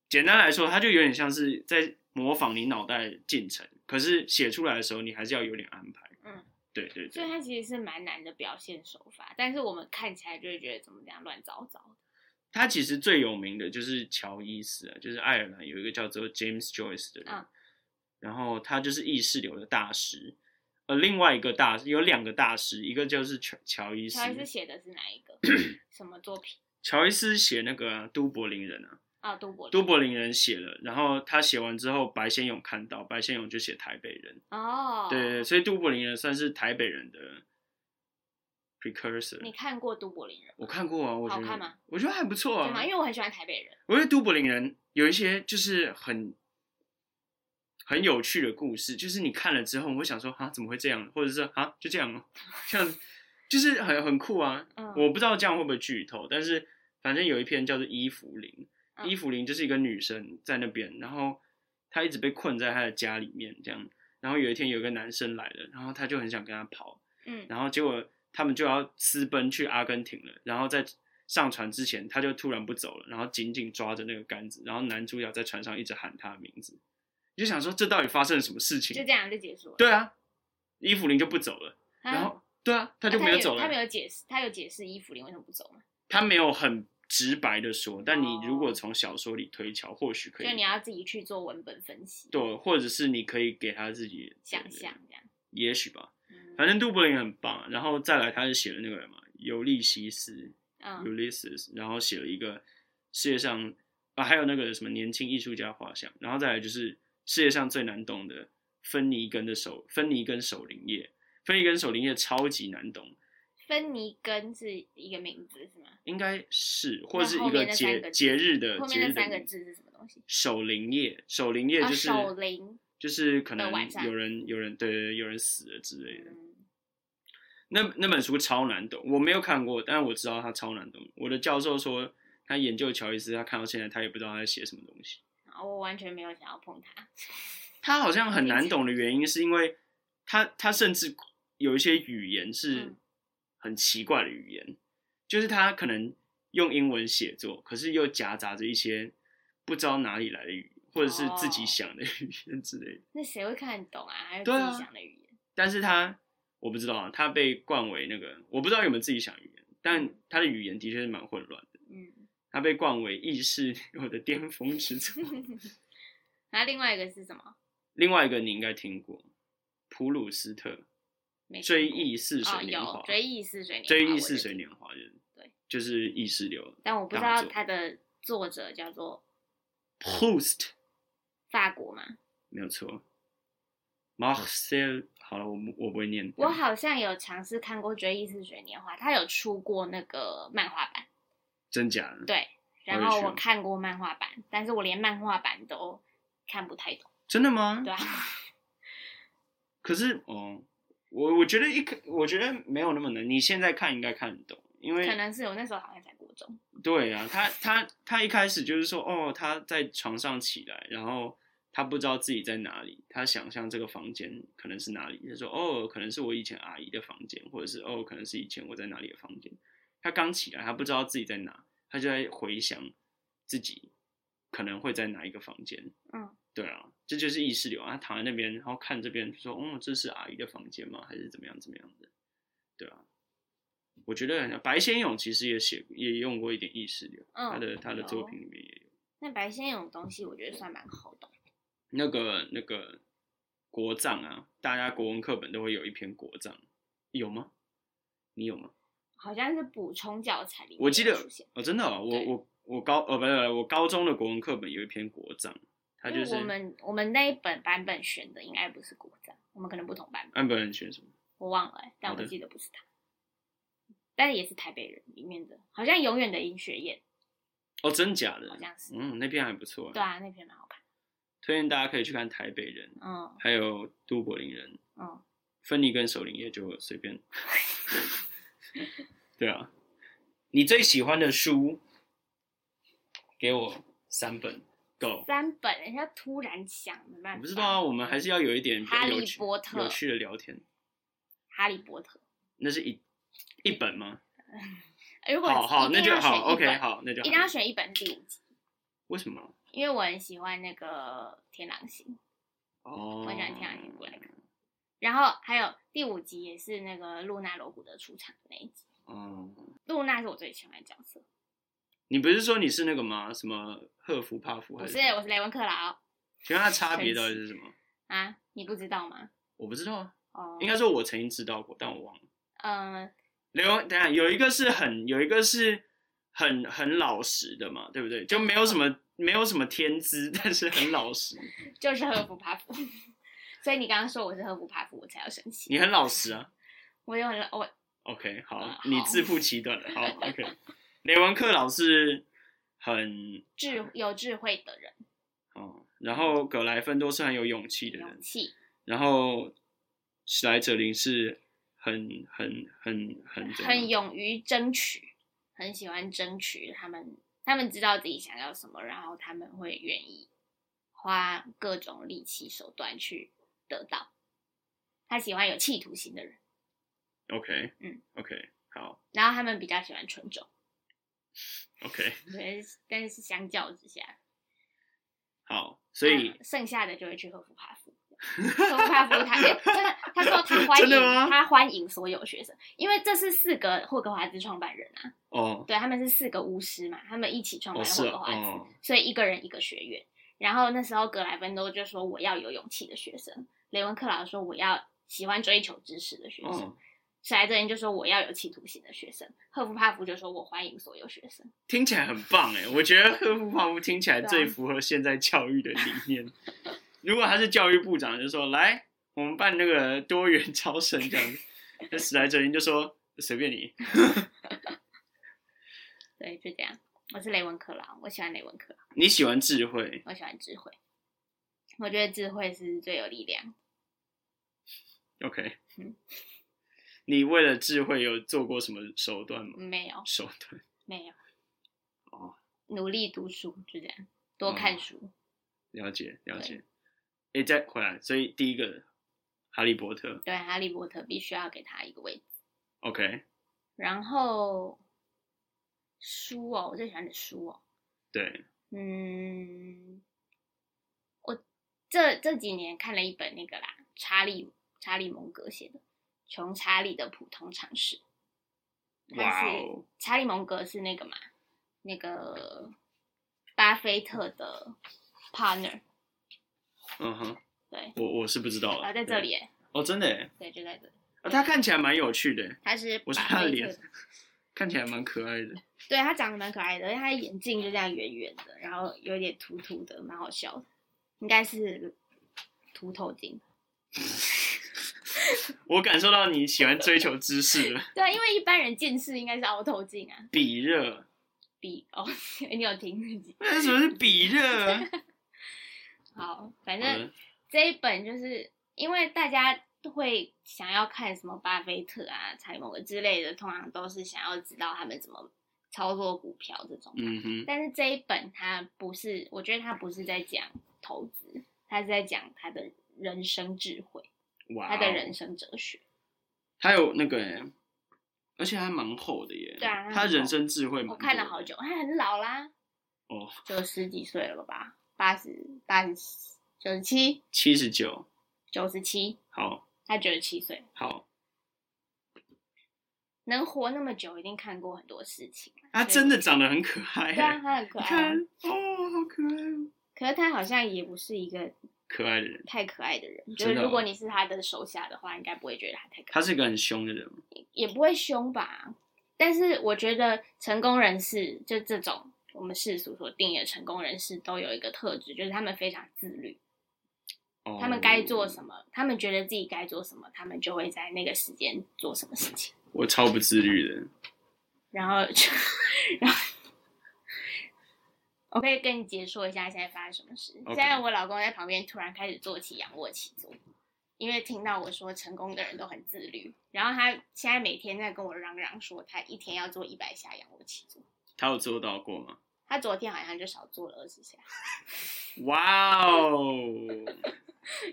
[SPEAKER 2] 简单来说，它就有点像是在模仿你脑袋的进程，可是写出来的时候，你还是要有点安排。
[SPEAKER 3] 嗯，
[SPEAKER 2] 对对
[SPEAKER 3] 所以
[SPEAKER 2] 对，
[SPEAKER 3] 它其实是蛮难的表现手法，但是我们看起来就会觉得怎么这样乱糟糟的。
[SPEAKER 2] 他其实最有名的就是乔伊斯啊，就是爱尔兰有一个叫做 James Joyce 的人，
[SPEAKER 3] 嗯
[SPEAKER 2] 然后哦他就是意识流的大师。呃，另外一个大有两个大师，一个就是乔乔伊斯，
[SPEAKER 3] 乔伊斯写的是哪一 个什么作品
[SPEAKER 2] 乔伊斯写那个啊、都柏林人啊，
[SPEAKER 3] 啊？都柏林
[SPEAKER 2] 都柏林人写了，然后他写完之后，白先勇看到，白先勇就写台北人，
[SPEAKER 3] 哦，
[SPEAKER 2] 对对，对，所以都柏林人算是台北人的 precursor。
[SPEAKER 3] 你看过都柏林人
[SPEAKER 2] 我看过啊，我觉
[SPEAKER 3] 好看
[SPEAKER 2] 得
[SPEAKER 3] 吗
[SPEAKER 2] 我觉得还不错
[SPEAKER 3] 对
[SPEAKER 2] 啊
[SPEAKER 3] 吗？，因为我很喜欢台北人，
[SPEAKER 2] 我觉得都柏林人有一些就是很很有趣的故事，就是你看了之后，我会想说啊，怎么会这样？或者是啊，就这样哦， 这样就是很很酷啊。
[SPEAKER 3] 嗯
[SPEAKER 2] 我不知道这样会不会剧透，但是反正有一篇叫做《伊芙琳》，
[SPEAKER 3] 嗯
[SPEAKER 2] 伊芙琳就是一个女生在那边，然后她一直被困在她的家里面这样。然后有一天有一个男生来了，然后她就很想跟他跑，
[SPEAKER 3] 嗯
[SPEAKER 2] 然后结果他们就要私奔去阿根廷了，然后在上船之前，他就突然不走了，然后紧紧抓着那个杆子，然后男主角在船上一直喊他的名字，你就想说这到底发生了什么事
[SPEAKER 3] 就
[SPEAKER 2] 情
[SPEAKER 3] 这？样就结束了。
[SPEAKER 2] 对啊，伊芙琳就不走了，
[SPEAKER 3] 啊，
[SPEAKER 2] 然后对啊，他就
[SPEAKER 3] 啊
[SPEAKER 2] 没有走了，
[SPEAKER 3] 他没有解释，他有解释伊芙琳为什么不走吗？
[SPEAKER 2] 他没有很直白的说，但你
[SPEAKER 3] 哦
[SPEAKER 2] 如果从小说里推敲，或许可
[SPEAKER 3] 就
[SPEAKER 2] 以，
[SPEAKER 3] 你要自己去做文本分析，
[SPEAKER 2] 对，或者是你可以给他自己
[SPEAKER 3] 想，象这样。
[SPEAKER 2] 也许吧，
[SPEAKER 3] 嗯
[SPEAKER 2] 反正杜柏林很棒，啊然后再来他是写了那个人嘛，尤利西斯，
[SPEAKER 3] 嗯
[SPEAKER 2] Ulysses，然后写了一个世界上啊，还有那个什么年轻艺术家画像，然后再来就是世界上最难懂的芬尼根的手芬尼根守林叶，芬尼根守林叶超级难懂，
[SPEAKER 3] 芬尼根是一个名字是吗？
[SPEAKER 2] 应该是或是
[SPEAKER 3] 那后
[SPEAKER 2] 一
[SPEAKER 3] 面
[SPEAKER 2] 个
[SPEAKER 3] 那
[SPEAKER 2] 节
[SPEAKER 3] 三个字
[SPEAKER 2] 节日的
[SPEAKER 3] 后
[SPEAKER 2] 节
[SPEAKER 3] 面
[SPEAKER 2] 日
[SPEAKER 3] 那
[SPEAKER 2] 的
[SPEAKER 3] 三个
[SPEAKER 2] 名
[SPEAKER 3] 字是什么东西？
[SPEAKER 2] 守灵夜，守灵夜
[SPEAKER 3] 啊
[SPEAKER 2] 就是、
[SPEAKER 3] 守灵
[SPEAKER 2] 就是可
[SPEAKER 3] 的
[SPEAKER 2] 能
[SPEAKER 3] 晚上
[SPEAKER 2] 有人有人对对对有人死了之类的。
[SPEAKER 3] 嗯，
[SPEAKER 2] 那那本书超难懂，我没有看过，但是我知道它超难懂。我的教授说，他研究乔伊斯，他看到现在他也不知道他在写什么东西。
[SPEAKER 3] 然后我完全没有想要碰它。
[SPEAKER 2] 他好像很难懂的原因，是因为他他甚至有一些语言是
[SPEAKER 3] 嗯
[SPEAKER 2] 很奇怪的语言，就是他可能用英文写作，可是又夹杂着一些不知道哪里来的语言，或者是自己
[SPEAKER 3] 哦
[SPEAKER 2] 想的语言之类的。
[SPEAKER 3] 那谁会看得懂啊？还有自
[SPEAKER 2] 对啊
[SPEAKER 3] 己讲的语言？
[SPEAKER 2] 但是他我不知道啊，他被冠为那个，我不知道有没有自己想语言，但他的语言的确是蛮混乱的。
[SPEAKER 3] 嗯，
[SPEAKER 2] 他被冠为意识 流的巅峰之作。
[SPEAKER 3] 然后另外一个是什么？
[SPEAKER 2] 另外一个你应该听过，普鲁斯特
[SPEAKER 3] 没
[SPEAKER 2] 《
[SPEAKER 3] 听
[SPEAKER 2] 追
[SPEAKER 3] 过
[SPEAKER 2] 忆似
[SPEAKER 3] 哦，
[SPEAKER 2] 水年华
[SPEAKER 3] 有》追忆似水年华，
[SPEAKER 2] 追
[SPEAKER 3] 我
[SPEAKER 2] 忆
[SPEAKER 3] 有
[SPEAKER 2] 似水
[SPEAKER 3] 听
[SPEAKER 2] 年华人，
[SPEAKER 3] 对，
[SPEAKER 2] 就是意识流的。
[SPEAKER 3] 但我不知
[SPEAKER 2] 大
[SPEAKER 3] 道
[SPEAKER 2] 作
[SPEAKER 3] 它的作者叫做
[SPEAKER 2] Proust
[SPEAKER 3] 法国嘛，
[SPEAKER 2] 没有错，Marcel 好了，我不我不会念。
[SPEAKER 3] 我好像有尝试看过《追忆似水年华》，它有出过那个漫画版，
[SPEAKER 2] 真假的，
[SPEAKER 3] 对，
[SPEAKER 2] 我
[SPEAKER 3] 然
[SPEAKER 2] 也
[SPEAKER 3] 后
[SPEAKER 2] 是
[SPEAKER 3] 我看过漫画版，但是我连漫画版都看不太懂，
[SPEAKER 2] 真的吗？
[SPEAKER 3] 对啊，
[SPEAKER 2] 可是哦，我我觉得一个，我觉得没有那么难。你现在看应该看得懂，因为
[SPEAKER 3] 可能是我那时候好像才国中，
[SPEAKER 2] 对啊，他他他一开始就是说，哦，他在床上起来，然后他不知道自己在哪里，他想象这个房间可能是哪里，他说，哦，可能是我以前阿姨的房间，或者是哦，可能是以前我在哪里的房间。他刚起来，他不知道自己在哪，他就在回想自己可能会在哪一个房间。
[SPEAKER 3] 嗯，
[SPEAKER 2] 对啊，这就是意识流啊。他躺在那边，然后看这边，说，哦，这是阿姨的房间吗？还是怎么样怎么样的？对啊，我觉得很像白先勇其实也写也用过一点意识流，
[SPEAKER 3] 嗯
[SPEAKER 2] 他的他的
[SPEAKER 3] 有
[SPEAKER 2] 作品里面也有。
[SPEAKER 3] 那白先勇的东西我觉得算蛮好懂，
[SPEAKER 2] 那个那个国葬啊，大家国文课本都会有一篇国葬，有吗？你有吗？
[SPEAKER 3] 好像是补充教材里面
[SPEAKER 2] 我记得
[SPEAKER 3] 有出现，
[SPEAKER 2] 哦，真的、哦，我
[SPEAKER 3] 对
[SPEAKER 2] 我我高呃不是不是我高中的国文课本有一篇国葬，它
[SPEAKER 3] 因
[SPEAKER 2] 就
[SPEAKER 3] 为
[SPEAKER 2] 是
[SPEAKER 3] 我们我们那一本版本选的应该不是国战，我们可能不同版本，
[SPEAKER 2] 安本人选什么？
[SPEAKER 3] 我忘了欸、但
[SPEAKER 2] 好
[SPEAKER 3] 我
[SPEAKER 2] 的
[SPEAKER 3] 记得不是他，但也是台北人里面的，好像永远的尹雪燕，
[SPEAKER 2] 哦，真假的
[SPEAKER 3] 好？像是，
[SPEAKER 2] 嗯，那篇还不错、
[SPEAKER 3] 对，啊，那篇蛮好看，
[SPEAKER 2] 推荐大家可以去看《台北人》，
[SPEAKER 3] 嗯
[SPEAKER 2] 还有《都柏林人》。
[SPEAKER 3] 嗯，
[SPEAKER 2] 芬妮跟守灵也就随便。对啊，你最喜欢的书，给我三本，Go。
[SPEAKER 3] 三本人家突然想，没办
[SPEAKER 2] 我
[SPEAKER 3] 法，
[SPEAKER 2] 不知道啊，我们还是要有一点比较
[SPEAKER 3] 哈
[SPEAKER 2] 有
[SPEAKER 3] 利
[SPEAKER 2] 趣
[SPEAKER 3] 波特
[SPEAKER 2] 有趣的聊天。
[SPEAKER 3] 哈利波特，
[SPEAKER 2] 那是一一本吗？
[SPEAKER 3] 如果
[SPEAKER 2] 好好，
[SPEAKER 3] 一
[SPEAKER 2] 那
[SPEAKER 3] 定
[SPEAKER 2] 就
[SPEAKER 3] 要选
[SPEAKER 2] 好
[SPEAKER 3] 一本
[SPEAKER 2] ，OK，，好，那就
[SPEAKER 3] 一定要
[SPEAKER 2] 好。
[SPEAKER 3] 选一本是第五集，
[SPEAKER 2] 为什么？
[SPEAKER 3] 因为我很喜欢那个天狼星，
[SPEAKER 2] 哦，
[SPEAKER 3] 我啊很喜欢天狼星过来看，然后还有第五集也是那个露娜罗古德出场的那一集，
[SPEAKER 2] 哦，
[SPEAKER 3] 露娜是我最喜欢的角色，
[SPEAKER 2] 你不是说你是那个吗？什么赫夫帕夫
[SPEAKER 3] 不
[SPEAKER 2] 还
[SPEAKER 3] 是
[SPEAKER 2] 是什么？
[SPEAKER 3] 我是雷文克劳
[SPEAKER 2] 请问它差别到底是什么？
[SPEAKER 3] 啊，你不知道吗？
[SPEAKER 2] 我不知道啊，
[SPEAKER 3] 哦，
[SPEAKER 2] 应该说我曾经知道过，但我忘了。
[SPEAKER 3] 嗯。
[SPEAKER 2] 刘，等一下有一个是很有一个是很很老实的嘛，对不对？就没有什么没有什么天资， 但是很老实。
[SPEAKER 3] 就是赫夫帕夫。 所以你刚刚说我是赫夫帕夫，我才要生气。
[SPEAKER 2] 你很老实啊
[SPEAKER 3] 我有很老我
[SPEAKER 2] ，OK，
[SPEAKER 3] 啊
[SPEAKER 2] 好，
[SPEAKER 3] 好
[SPEAKER 2] 你自负其短了，好，OK。雷文克劳是很
[SPEAKER 3] 智有智慧的人，
[SPEAKER 2] 哦，然后葛莱芬多是很有勇气的
[SPEAKER 3] 勇
[SPEAKER 2] 人，
[SPEAKER 3] 气
[SPEAKER 2] 然后史莱哲林是很很很很怎
[SPEAKER 3] 很
[SPEAKER 2] 样
[SPEAKER 3] 勇于争取，很喜欢争取。他们他们知道自己想要什么，然后他们会愿意花各种力气手段去得到。他喜欢有企图心的人，
[SPEAKER 2] OK，
[SPEAKER 3] 嗯
[SPEAKER 2] ，OK，好
[SPEAKER 3] 然后他们比较喜欢纯种。
[SPEAKER 2] ，OK，
[SPEAKER 3] 所以但是相较之下，
[SPEAKER 2] 好，所以。
[SPEAKER 3] 嗯剩下的就会去喝福帕夫。喝福帕夫他，哎真的，他说 他欢
[SPEAKER 2] 真的
[SPEAKER 3] 迎
[SPEAKER 2] 吗
[SPEAKER 3] 他欢迎所有学生，因为这是四个霍格华兹创办人啊，
[SPEAKER 2] 哦，
[SPEAKER 3] 对他们是四个巫师嘛，他们一起创办
[SPEAKER 2] 哦是
[SPEAKER 3] 霍
[SPEAKER 2] 啊
[SPEAKER 3] 格华兹，
[SPEAKER 2] 哦
[SPEAKER 3] 所以一个人一个学院。然后那时候格莱芬多就说我要有勇气的学生，雷文克劳说我要喜欢追求知识的学生，
[SPEAKER 1] 嗯
[SPEAKER 2] 哦，
[SPEAKER 3] 史莱哲林就说我要有企图心的学生，赫夫帕夫就说我欢迎所有学生。
[SPEAKER 2] 听起来很棒哎！我觉得赫夫帕夫听起来
[SPEAKER 3] 对啊
[SPEAKER 2] 最符合现在教育的理念。如果他是教育部长，就说来我们办那个多元招生这样子；那史莱哲林就说随便你。
[SPEAKER 3] 对，就这样。我是雷文克劳，我喜欢雷文克劳，
[SPEAKER 2] 你喜欢智慧，
[SPEAKER 3] 我喜欢智慧。我觉得智慧是最有力量。
[SPEAKER 2] OK？
[SPEAKER 3] 嗯
[SPEAKER 2] 你为了智慧有做过什么手段吗？
[SPEAKER 3] 没有，
[SPEAKER 2] 手段
[SPEAKER 3] 没有。
[SPEAKER 2] 哦，
[SPEAKER 3] 努力读书就这样，多看书。
[SPEAKER 2] 了解了
[SPEAKER 3] 对
[SPEAKER 2] 解。诶，再回来，所以第一个《哈利波特》
[SPEAKER 3] 对，哈利波特必须要给他一个位置。
[SPEAKER 2] OK？
[SPEAKER 3] 然后书哦，我最喜欢的书哦，
[SPEAKER 2] 对，
[SPEAKER 3] 嗯，我这这几年看了一本那个啦，查理查理蒙格写的《穷查理的普通常识》，
[SPEAKER 2] 哇
[SPEAKER 3] 他是
[SPEAKER 2] 哦，
[SPEAKER 3] 查理蒙格是那个嘛，那个巴菲特的 partner，
[SPEAKER 2] 嗯哼，
[SPEAKER 3] 对，
[SPEAKER 2] 我我是不知道了。
[SPEAKER 3] 啊，在这里耶，
[SPEAKER 2] 对哦，真的耶，
[SPEAKER 3] 对，就在这里，
[SPEAKER 2] 啊，他看起来蛮有趣的耶，欸
[SPEAKER 3] 他是
[SPEAKER 2] 我是
[SPEAKER 3] 巴
[SPEAKER 2] 他的
[SPEAKER 3] 菲
[SPEAKER 2] 脸
[SPEAKER 3] 特的，
[SPEAKER 2] 看起来蛮可爱的。
[SPEAKER 3] 对他长得蛮可爱的，而且他的眼镜就这样圆圆的，然后有点凸凸的，蛮好笑的，应该是凸头巾。
[SPEAKER 2] 我感受到你喜欢追求知识的
[SPEAKER 3] 对，啊因为一般人近视应该是凹透镜啊，
[SPEAKER 2] 比热，
[SPEAKER 3] 比哦， 你有听自己？
[SPEAKER 2] 那什么是比热 啊？
[SPEAKER 3] 好，反
[SPEAKER 2] 好
[SPEAKER 3] 正
[SPEAKER 2] 的
[SPEAKER 3] 这一本就是因为大家都会想要看什么巴菲特啊、柴某之类的，通常都是想要知道他们怎么操作股票这种。
[SPEAKER 2] 嗯哼，
[SPEAKER 3] 但是这一本它不是，我觉得它不是在讲投资，它是在讲他的人生智慧，
[SPEAKER 2] 哇哦，
[SPEAKER 3] 他的人生哲学。
[SPEAKER 2] 他有那个耶，而且还蛮厚的耶。
[SPEAKER 3] 对啊它
[SPEAKER 2] 他
[SPEAKER 3] 很
[SPEAKER 2] 人
[SPEAKER 3] 厚
[SPEAKER 2] 生智慧蛮
[SPEAKER 3] 我看了
[SPEAKER 2] 多
[SPEAKER 3] 好
[SPEAKER 2] 的
[SPEAKER 3] 久，他很老啦，
[SPEAKER 2] 哦，
[SPEAKER 3] 九十几岁了吧？八十八十九十七
[SPEAKER 2] 七十九，
[SPEAKER 3] 九十七，
[SPEAKER 2] 好
[SPEAKER 3] 他九十七岁，
[SPEAKER 2] 好，
[SPEAKER 3] 能活那么久，一定看过很多事情。
[SPEAKER 2] 他
[SPEAKER 3] 所以
[SPEAKER 2] 真的长得很可爱耶，
[SPEAKER 3] 对啊，他很可
[SPEAKER 2] 你
[SPEAKER 3] 爱啊。
[SPEAKER 2] 看哦，好可爱哦，
[SPEAKER 3] 可是他好像也不是一个
[SPEAKER 2] 可爱的人，
[SPEAKER 3] 太可爱的人，就
[SPEAKER 2] 真
[SPEAKER 3] 是
[SPEAKER 2] 的
[SPEAKER 3] 如果
[SPEAKER 2] 哦
[SPEAKER 3] 你是他的手下的话，应该不会觉得他太可爱。
[SPEAKER 2] 他是一个很凶的人吗，
[SPEAKER 3] 也不会凶吧。但是我觉得成功人士，就这种我们世俗所定义的成功人士，都有一个特质，就是他们非常自律。
[SPEAKER 2] 哦
[SPEAKER 3] 他们该做什么，他们觉得自己该做什么，他们就会在那个时间做什么事情。
[SPEAKER 2] 我超不自律的，
[SPEAKER 3] 然后就，然后我可以跟你解说一下现在发生什么事。
[SPEAKER 2] OK
[SPEAKER 3] 现在我老公在旁边突然开始做起仰卧起坐，因为听到我说成功的人都很自律，然后他现在每天在跟我嚷嚷说他一天要做一百下仰卧起坐，
[SPEAKER 2] 他有做到过吗？
[SPEAKER 3] 他昨天好像就少做了二十下，
[SPEAKER 2] 哇哦，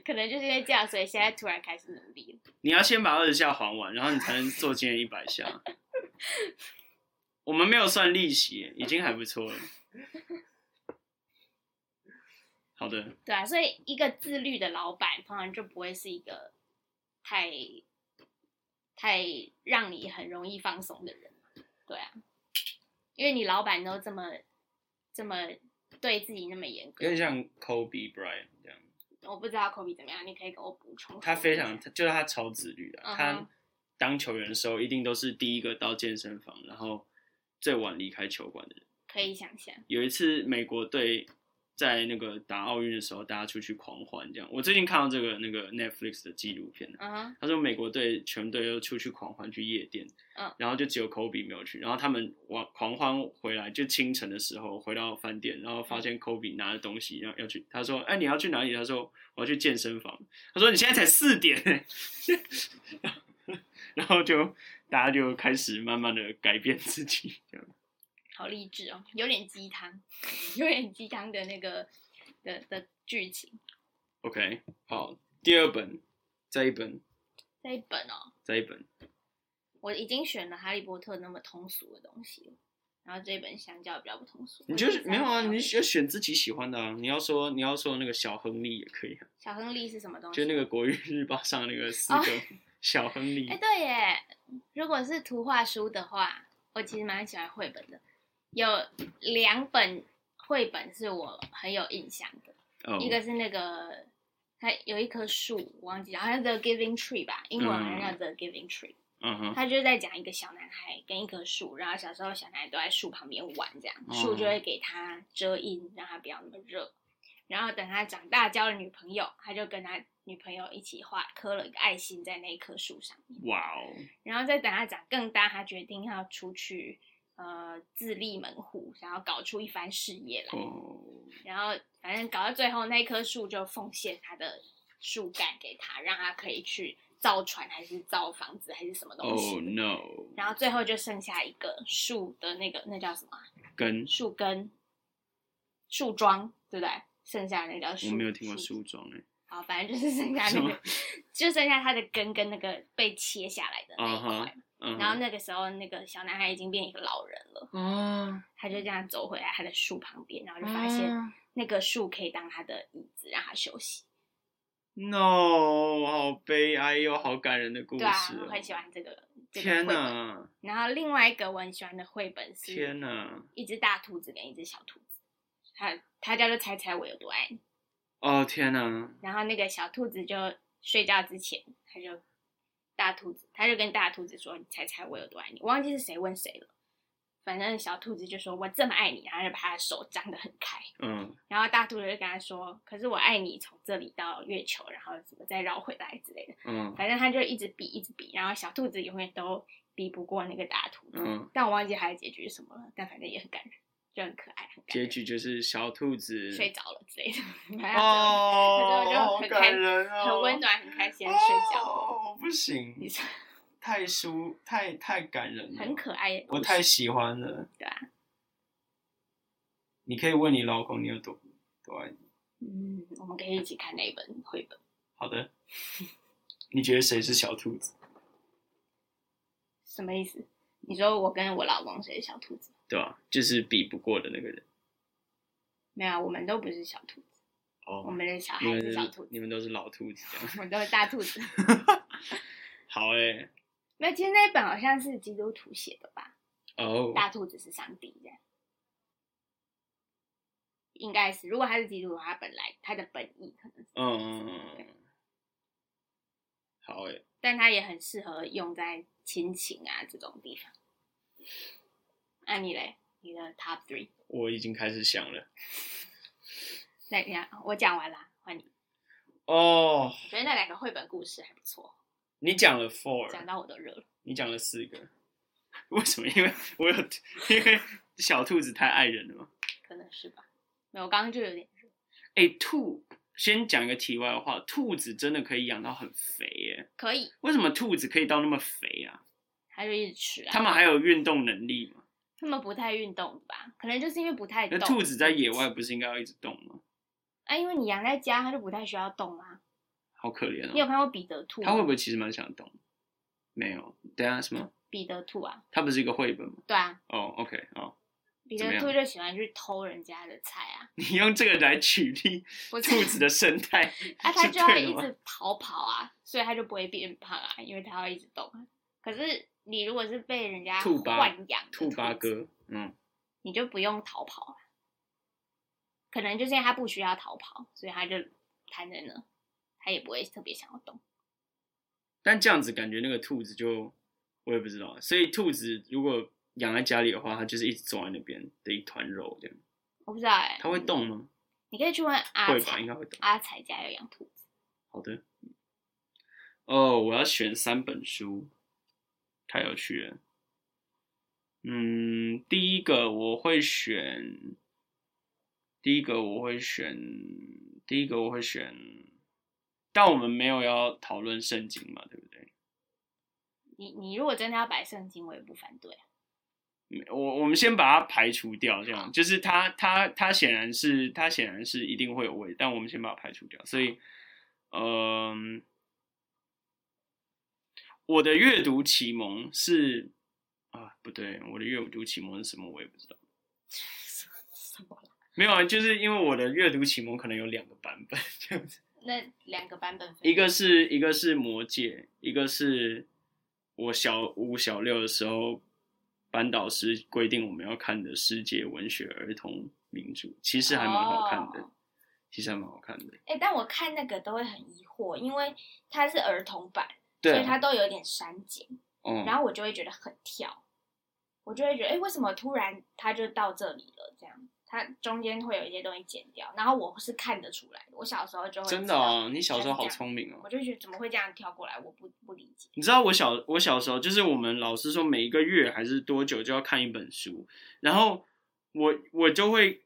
[SPEAKER 3] 可能就是因为这样，所以现在突然开始努力了。
[SPEAKER 2] 你要先把二十下还完，然后你才能做今天一百下。我们没有算利息耶，已经还不错了。好的，
[SPEAKER 3] 对啊，所以一个自律的老板，通常就不会是一个太太让你很容易放松的人嘛。对啊，因为你老板都这么这么对自己那么严格
[SPEAKER 2] 有，点像 Kobe Bryant 这样，
[SPEAKER 3] 我不知道 Kobe 怎么样，你可以给我补充。
[SPEAKER 2] 他非常，他就是他超自律的、
[SPEAKER 3] 嗯哼
[SPEAKER 2] 他当球员的时候，一定都是第一个到健身房，然后最晚离开球馆的人。
[SPEAKER 3] 可以想象，
[SPEAKER 2] 有一次，美国队在那个打奥运的时候，大家出去狂欢这样。我最近看到这个那个 Netflix 的纪录片，
[SPEAKER 3] 嗯哼，
[SPEAKER 2] 他说美国队全队都出去狂欢去夜店，
[SPEAKER 3] 嗯
[SPEAKER 2] 然后就只有 Kobe 没有去，然后他们往狂欢回来，就清晨的时候回到饭店，然后发现 Kobe 拿着东西要要去，他说：“哎，你要去哪里？”他说：“我要去健身房。”他说：“你现在才四点、欸。”然后就大家就开始慢慢的改变自己，这样
[SPEAKER 3] 好励志哦，有点鸡汤， 有点鸡汤的那个的的剧情。
[SPEAKER 2] OK 好，第二本，再一本，
[SPEAKER 3] 这一本哦，
[SPEAKER 2] 再一本，
[SPEAKER 3] 我已经选了《哈利波特》那么通俗的东西了，然后这一本相较比较不通俗。
[SPEAKER 2] 你
[SPEAKER 3] 我
[SPEAKER 2] 就
[SPEAKER 3] 第
[SPEAKER 2] 是
[SPEAKER 3] 三
[SPEAKER 2] 没有啊？
[SPEAKER 3] 本要
[SPEAKER 2] 你
[SPEAKER 3] 给
[SPEAKER 2] 要选自己喜欢的啊！你要说你要说那个小亨利也可以啊。
[SPEAKER 3] 小亨利是什么东西？
[SPEAKER 2] 就那个《国语日报》上那个四
[SPEAKER 3] 哦
[SPEAKER 2] 个 小亨利
[SPEAKER 3] 哎、，对耶！如果是图画书的话，我其实蛮喜欢绘本的。有两本绘本是我很有印象的，
[SPEAKER 2] 哦，
[SPEAKER 3] 一个是那个它有一棵树，我忘记了，好像是 The Giving Tree 吧，英文好像叫 The Giving Tree。
[SPEAKER 2] 嗯哼，
[SPEAKER 3] 它就是在讲一个小男孩跟一棵树，然后小时候小男孩都在树旁边玩，这样
[SPEAKER 2] 哦
[SPEAKER 3] 树就会给他遮阴，让他不要那么热。然后等他长大交了女朋友，他就跟他女朋友一起画刻了一个爱心在那一棵树上面。
[SPEAKER 2] 哇哦，
[SPEAKER 3] 然后再等他长更大，他决定要出去呃自立门户，想要搞出一番事业来。
[SPEAKER 2] 哦，
[SPEAKER 3] 然后反正搞到最后，那棵树就奉献它的树干给他，让他可以去造船，还是造房子，还是什么东西。
[SPEAKER 2] 哦 no，
[SPEAKER 3] 然后最后就剩下一个树的那个那叫什么啊
[SPEAKER 2] 跟
[SPEAKER 3] 树根、树桩，对不对？剩下那叫树，
[SPEAKER 2] 我没有听过
[SPEAKER 3] 树。
[SPEAKER 2] 树桩哎，
[SPEAKER 3] 好，反正就是剩下
[SPEAKER 2] 什
[SPEAKER 3] 那
[SPEAKER 2] 么
[SPEAKER 3] 个，就剩下它的根跟那个被切下来的那一块。
[SPEAKER 2] 啊哈嗯
[SPEAKER 3] 然后
[SPEAKER 2] 哼，
[SPEAKER 3] 那个时候，那个小男孩已经变一个老人了，
[SPEAKER 2] 哦，
[SPEAKER 3] 他就这样走回来他的树旁边，然后就发现
[SPEAKER 2] 啊
[SPEAKER 3] 那个树可以当他的椅子，让他休息。
[SPEAKER 2] no，好悲哀又好感人的故事
[SPEAKER 3] 对啊，
[SPEAKER 2] 哦，
[SPEAKER 3] 我很喜欢这个。这个
[SPEAKER 2] 天
[SPEAKER 3] 绘本！
[SPEAKER 2] 哪，
[SPEAKER 3] 然后另外一个我很喜欢的绘本是
[SPEAKER 2] 天哪，
[SPEAKER 3] 一只大兔子跟一只小兔子，它它叫做猜猜我有多爱你。
[SPEAKER 2] 哦天哪，
[SPEAKER 3] 然后那个小兔子就睡觉之前，它就大兔子，它就跟大兔子说：“你猜猜我有多爱你？”我忘记是谁问谁了，反正小兔子就说：“我这么爱你。”然后就把它的手张得很开。
[SPEAKER 2] 嗯，
[SPEAKER 3] 然后大兔子就跟他说：“可是我爱你，从这里到月球，然后怎么再绕回来之类的。”
[SPEAKER 2] 嗯，
[SPEAKER 3] 反正他就一直比，一直比，然后小兔子永远都比不过那个大兔子。
[SPEAKER 2] 嗯
[SPEAKER 3] 但我忘记它的结局是什么了，但反正也很感人，就很可爱，很感
[SPEAKER 2] 结
[SPEAKER 3] 人。
[SPEAKER 2] 局就是小兔子
[SPEAKER 3] 睡着了之类的，反正
[SPEAKER 2] 哦
[SPEAKER 3] 他最，后
[SPEAKER 2] 好
[SPEAKER 3] 就很开
[SPEAKER 2] 感人哦，
[SPEAKER 3] 很温暖，很开心，睡觉了。
[SPEAKER 2] 哦，不行，
[SPEAKER 3] 你说
[SPEAKER 2] 太舒太太感人了，
[SPEAKER 3] 很可爱的故
[SPEAKER 2] 我
[SPEAKER 3] 事。
[SPEAKER 2] 太喜欢了。
[SPEAKER 3] 对啊。
[SPEAKER 2] 你可以问你老公你有多多爱你。
[SPEAKER 3] 嗯，我们可以一起看那一本绘本，
[SPEAKER 2] 好的。 你觉得谁是小兔子？
[SPEAKER 3] 什么意思？你说我跟我老公谁是小兔子？
[SPEAKER 2] 对吧、就是比不过的那个人。
[SPEAKER 3] 没有啊，我们都不是小兔子，哎我
[SPEAKER 2] 哦，
[SPEAKER 3] 们的小
[SPEAKER 2] 你
[SPEAKER 3] 孩
[SPEAKER 2] 们
[SPEAKER 3] 是
[SPEAKER 2] 是
[SPEAKER 3] 小兔子，
[SPEAKER 2] 你们都是老兔子这样。
[SPEAKER 3] 我们都是大兔子。
[SPEAKER 2] 好哎、
[SPEAKER 3] 没有，其实那一本好像是基督徒写的吧？
[SPEAKER 2] 哦，
[SPEAKER 3] 大兔子是上帝这样，应该是。如果他是基督徒，他本来他的本意可能是，
[SPEAKER 2] 嗯，好哎、
[SPEAKER 3] 但他也很适合用在亲情啊这种地方。那、你嘞？你的 top three？
[SPEAKER 2] 我已经开始想了。
[SPEAKER 3] 那你看，啊我讲完啦，换你。
[SPEAKER 2] 哦，
[SPEAKER 3] 我觉得那两个绘本故事还不错，
[SPEAKER 2] 你讲了
[SPEAKER 3] 讲
[SPEAKER 2] four，
[SPEAKER 3] 到我都热了。
[SPEAKER 2] 你讲了四个，为什么？因为我有，因为小兔子太爱人了嘛。
[SPEAKER 3] 可能是吧。没有，我刚刚就有点热，
[SPEAKER 2] 哎、兔，先讲一个题外话，兔子真的可以养到很肥耶？
[SPEAKER 3] 可以，
[SPEAKER 2] 为什么兔子可以到那么肥啊？
[SPEAKER 3] 他就一直吃啊。
[SPEAKER 2] 它们还有运动能力吗？
[SPEAKER 3] 他们不太运动吧？可能就是因为不太
[SPEAKER 2] 那
[SPEAKER 3] 动。
[SPEAKER 2] 兔子在野外不是应该要一直动吗？
[SPEAKER 3] 啊，因为你养在家，它就不太需要动啊。
[SPEAKER 2] 好可怜
[SPEAKER 3] 你有
[SPEAKER 2] 哦。
[SPEAKER 3] 看过彼得兔吗？
[SPEAKER 2] 它会不会其实蛮想动？没有，等一下什么？
[SPEAKER 3] 彼得兔啊，
[SPEAKER 2] 它不是一个绘本吗？
[SPEAKER 3] 对啊，
[SPEAKER 2] 哦、o k 哦，
[SPEAKER 3] 彼
[SPEAKER 2] 怎么
[SPEAKER 3] 得
[SPEAKER 2] 样
[SPEAKER 3] 兔就喜欢去偷人家的菜啊，
[SPEAKER 2] 你用这个来举例
[SPEAKER 3] 不
[SPEAKER 2] 兔
[SPEAKER 3] 是
[SPEAKER 2] 子的生态
[SPEAKER 3] 啊，它
[SPEAKER 2] 是
[SPEAKER 3] 就要
[SPEAKER 2] 对的
[SPEAKER 3] 一
[SPEAKER 2] 吗？
[SPEAKER 3] 直逃跑啊，所以它就不会变胖啊，因为它要一直动啊。可是你如果是被人家
[SPEAKER 2] 兔八
[SPEAKER 3] 豢养的
[SPEAKER 2] 兔八
[SPEAKER 3] 子，
[SPEAKER 2] 哥，嗯，
[SPEAKER 3] 你就不用逃跑了、可能就是因为它不需要逃跑，所以它就瘫在那，它也不会特别想要动。
[SPEAKER 2] 但这样子感觉那个兔子就我也不知道，啊所以兔子如果养在家里的话，它就是一直坐在那边的一团肉这样。
[SPEAKER 3] 我不知道哎、
[SPEAKER 2] 它会动吗？
[SPEAKER 3] 你可以去问阿
[SPEAKER 2] 会吧，
[SPEAKER 3] 彩
[SPEAKER 2] 应，该会懂。
[SPEAKER 3] 阿彩家有养兔子，
[SPEAKER 2] 好的。哦，我要选三本书，太有趣了。嗯，第一个我会选，第一个我会选，第一个我会选，但我们没有要讨论圣经嘛，对不对？
[SPEAKER 3] 你你如果真的要摆圣经，我也不反对啊。
[SPEAKER 2] 没我我们先把它排除掉，这样就是它它它显然是它显然是一定会有味，但我们先把它排除掉。所以，嗯、我的阅读启蒙是啊，不对，我的阅读启蒙是什么我也不知道。
[SPEAKER 3] 什么啦？
[SPEAKER 2] 没有啊，就是因为我的阅读启蒙可能有两个版本，这样子。
[SPEAKER 3] 那两个版本分别，
[SPEAKER 2] 一个是一个是魔戒，一个是我小五小六的时候，班导师规定我们要看的世界文学儿童名著，其实还蛮好看的，
[SPEAKER 3] 哦
[SPEAKER 2] 其实还蛮好看的。
[SPEAKER 3] 哎、但我看那个都会很疑惑，因为它是儿童版，所
[SPEAKER 2] 对
[SPEAKER 3] 以它
[SPEAKER 2] 啊，
[SPEAKER 3] 都有点删减，
[SPEAKER 2] 嗯，
[SPEAKER 3] 然后我就会觉得很跳，我就会觉得哎、诶为什么突然它就到这里了？这样，它中间会有一些东西剪掉，然后我是看得出来的。我小时候就会
[SPEAKER 2] 真
[SPEAKER 3] 知
[SPEAKER 2] 的
[SPEAKER 3] 道
[SPEAKER 2] 哦，你小时候好
[SPEAKER 3] 就是这样
[SPEAKER 2] 聪明哦
[SPEAKER 3] 我。就觉得怎么会这样跳过来，我不不理解。
[SPEAKER 2] 你知道我小我小时候，就是我们老师说每一个月还是多久就要看一本书，然后我我就会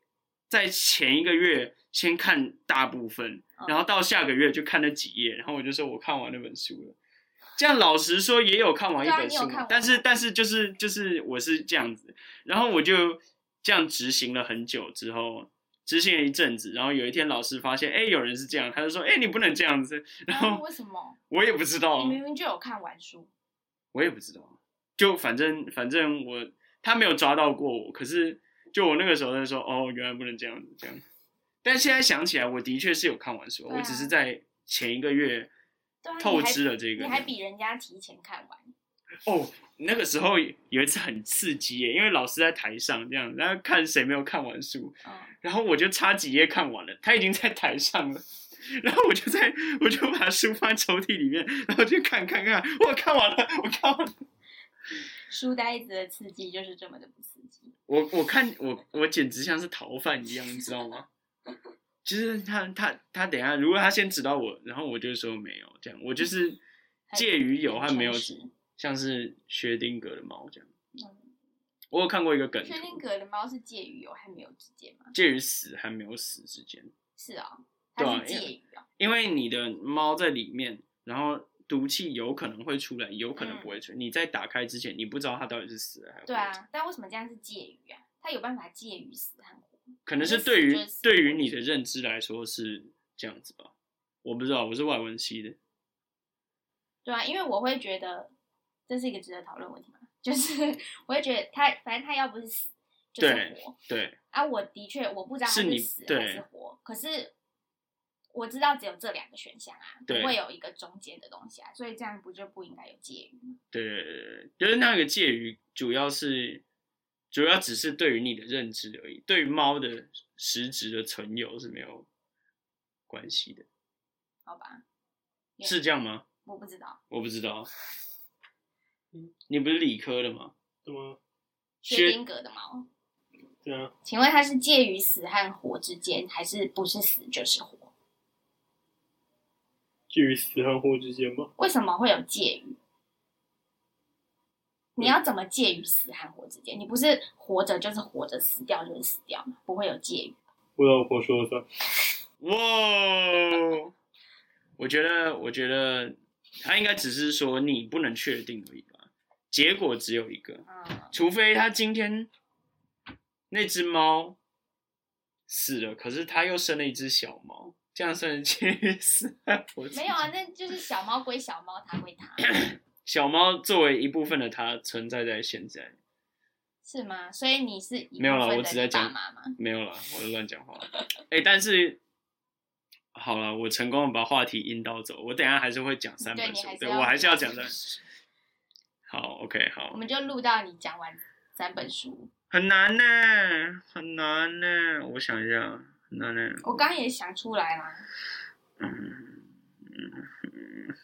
[SPEAKER 2] 在前一个月先看大部分，
[SPEAKER 3] 嗯
[SPEAKER 2] 然后到下个月就看了几页，然后我就说我看完那本书了。这样老实说也有看完一
[SPEAKER 3] 对啊
[SPEAKER 2] 本
[SPEAKER 3] 你有
[SPEAKER 2] 书
[SPEAKER 3] 看
[SPEAKER 2] 嘛，
[SPEAKER 3] 完
[SPEAKER 2] 但是
[SPEAKER 3] 吗
[SPEAKER 2] 但是就是就是我是这样子，然后我就这样执行了很久之后。执行了一阵子，然后有一天老师发现，哎、有人是这样，他就说，哎、你不能这样子。 然
[SPEAKER 3] 啊
[SPEAKER 2] 后哦
[SPEAKER 3] 为什么？
[SPEAKER 2] 我也不知道，
[SPEAKER 3] 你明明就有看完书，
[SPEAKER 2] 我也不知道，就反正反正我他没有抓到过我，可是就我那个时候在说，哦，原来不能这样子这样。但现在想起来，我的确是有看完书，
[SPEAKER 3] 对啊
[SPEAKER 2] 我只是在前一个月
[SPEAKER 3] 对啊，
[SPEAKER 2] 透
[SPEAKER 3] 你还
[SPEAKER 2] 支了这
[SPEAKER 3] 你
[SPEAKER 2] 个。
[SPEAKER 3] 还比人家提前看完。
[SPEAKER 2] 哦，那个时候有一次很刺激耶，因为老师在台上这样，然后看谁没有看完书，
[SPEAKER 3] 嗯，
[SPEAKER 2] 然后我就差几页看完了，他已经在台上了。 然后我就在，我就把书放在抽屉里面，然后就看看看，我看完了，我看完了。
[SPEAKER 3] 书呆子的刺激就是这么的不刺激。
[SPEAKER 2] 我我看我我简直像是逃犯一样，你知道吗？就是他他他等一下，如果他先指导我，然后我就说没有这样，我就是介于有和没有
[SPEAKER 3] 很诚实，
[SPEAKER 2] 像是薛定谔的猫这样。
[SPEAKER 3] 嗯，
[SPEAKER 2] 我有看过一个梗
[SPEAKER 3] 薛定
[SPEAKER 2] 图，
[SPEAKER 3] 谔的猫是介于有还没有之间吗？
[SPEAKER 2] 介于死还没有死之间，
[SPEAKER 3] 是哦，
[SPEAKER 2] 对啊
[SPEAKER 3] 它是介于哦。
[SPEAKER 2] 因为你的猫在里面，然后毒气有可能会出来，有可能
[SPEAKER 3] 嗯
[SPEAKER 2] 不会出来。你在打开之前，你不知道它到底是死了还是活
[SPEAKER 3] 对
[SPEAKER 2] 着
[SPEAKER 3] 啊，但为什么这样是介于啊？它有办法介于死和活？
[SPEAKER 2] 可能是
[SPEAKER 3] 就是
[SPEAKER 2] 对于
[SPEAKER 3] 就是
[SPEAKER 2] 对于你的认知来说是这样子吧，我不知道，我是外文系的。
[SPEAKER 3] 对啊，因为我会觉得这是一个值得讨论问题嘛，就是我会觉得它，反正它要不是死就是
[SPEAKER 2] 对
[SPEAKER 3] 活，
[SPEAKER 2] 对，
[SPEAKER 3] 啊，我的确我不知道他
[SPEAKER 2] 是你
[SPEAKER 3] 是死还是
[SPEAKER 2] 对
[SPEAKER 3] 活，可是我知道只有这两个选项啊，不
[SPEAKER 2] 对
[SPEAKER 3] 会有一个中间的东西啊，所以这样不就不应该有介于吗？
[SPEAKER 2] 对对对，对就是那个介于主要是主要只是对于你的认知而已，对于猫的实质的存有是没有关系的，
[SPEAKER 3] 好吧，对
[SPEAKER 2] 是这样吗？
[SPEAKER 3] 我不知道。
[SPEAKER 2] 我不知 道
[SPEAKER 1] 嗯。
[SPEAKER 2] 你不是理科的吗？
[SPEAKER 1] 怎么
[SPEAKER 3] 薛
[SPEAKER 2] 薛
[SPEAKER 3] 定谔的猫，
[SPEAKER 1] 这样？
[SPEAKER 3] 请问它是介于死和活之间，还是不是死就是活？
[SPEAKER 1] 介于死和活之间吗？
[SPEAKER 3] 为什么会有介于？你要怎么介于死和活之间？你不是活着就是活着，死掉就是死掉嘛，不会有介于。
[SPEAKER 1] 我老婆说了算。
[SPEAKER 2] 哇，我觉得，我觉得他应该只是说你不能确定而已吧，结果只有一个。
[SPEAKER 3] 嗯，
[SPEAKER 2] 除非他今天那只猫死了，可是他又生了一只小猫，这样算是介于死和活之
[SPEAKER 3] 没有啊，那就是小猫归小猫，它归它。
[SPEAKER 2] 小猫作为一部分的它存在在现在，
[SPEAKER 3] 是吗？所以你是一
[SPEAKER 2] 没有啦
[SPEAKER 3] 部分
[SPEAKER 2] 我
[SPEAKER 3] 的
[SPEAKER 2] 只在讲
[SPEAKER 3] 你爸妈吗？
[SPEAKER 2] 没有啦，我乱讲 话。哎、但是好了，我成功的把话题引导走，我等一下还是会讲三
[SPEAKER 3] 对
[SPEAKER 2] 本
[SPEAKER 3] 你
[SPEAKER 2] 书
[SPEAKER 3] 还，是
[SPEAKER 2] 对
[SPEAKER 3] 要
[SPEAKER 2] 我还是要讲三
[SPEAKER 3] 讲
[SPEAKER 2] 本书。好，OK，
[SPEAKER 3] 我
[SPEAKER 2] 好，
[SPEAKER 3] 们就录到你讲完三本书。
[SPEAKER 2] 很难呢、很难呢、我想一下，很难呢、
[SPEAKER 3] 我刚刚也想出来啦，
[SPEAKER 2] 嗯，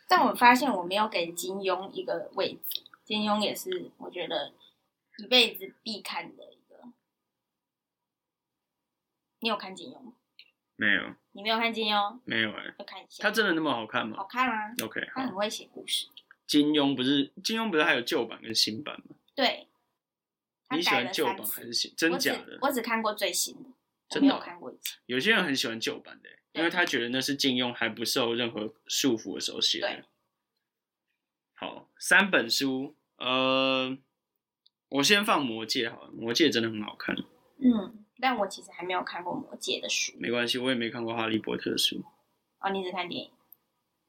[SPEAKER 3] 但我发现我没有给金庸一个位置。金庸也是我觉得一辈子必看的一个。你有看金庸吗？
[SPEAKER 2] 没有，
[SPEAKER 3] 你没有看金庸，
[SPEAKER 2] 没有哎、
[SPEAKER 3] 要看一下。
[SPEAKER 2] 它真的那么好看吗
[SPEAKER 3] 好看啊，
[SPEAKER 2] ？OK，
[SPEAKER 3] 他
[SPEAKER 2] 好。
[SPEAKER 3] 很会写故事。
[SPEAKER 2] 金庸不是金庸不是还有旧版跟新版吗？
[SPEAKER 3] 对，他
[SPEAKER 2] 你喜
[SPEAKER 3] 改
[SPEAKER 2] 欢
[SPEAKER 3] 了
[SPEAKER 2] 旧
[SPEAKER 3] 三
[SPEAKER 2] 版还
[SPEAKER 3] 次。
[SPEAKER 2] 是新？真
[SPEAKER 3] 我
[SPEAKER 2] 假
[SPEAKER 3] 只
[SPEAKER 2] 的？
[SPEAKER 3] 我只看过最新的，我
[SPEAKER 2] 真
[SPEAKER 3] 没
[SPEAKER 2] 的
[SPEAKER 3] 有
[SPEAKER 2] 哦
[SPEAKER 3] 看过以前。
[SPEAKER 2] 有些人很喜欢旧版的欸、
[SPEAKER 3] 对
[SPEAKER 2] 因为他觉得那是金庸还不受任何束缚的时候写
[SPEAKER 3] 对
[SPEAKER 2] 的。好，三本书，呃，我先放《魔戒》好了，《魔戒》真的很好看，
[SPEAKER 3] 嗯，但我其实还没有看过《魔戒》的书。
[SPEAKER 2] 没关系，我也没看过《哈利波特》的书，
[SPEAKER 3] 哦，你只看电影，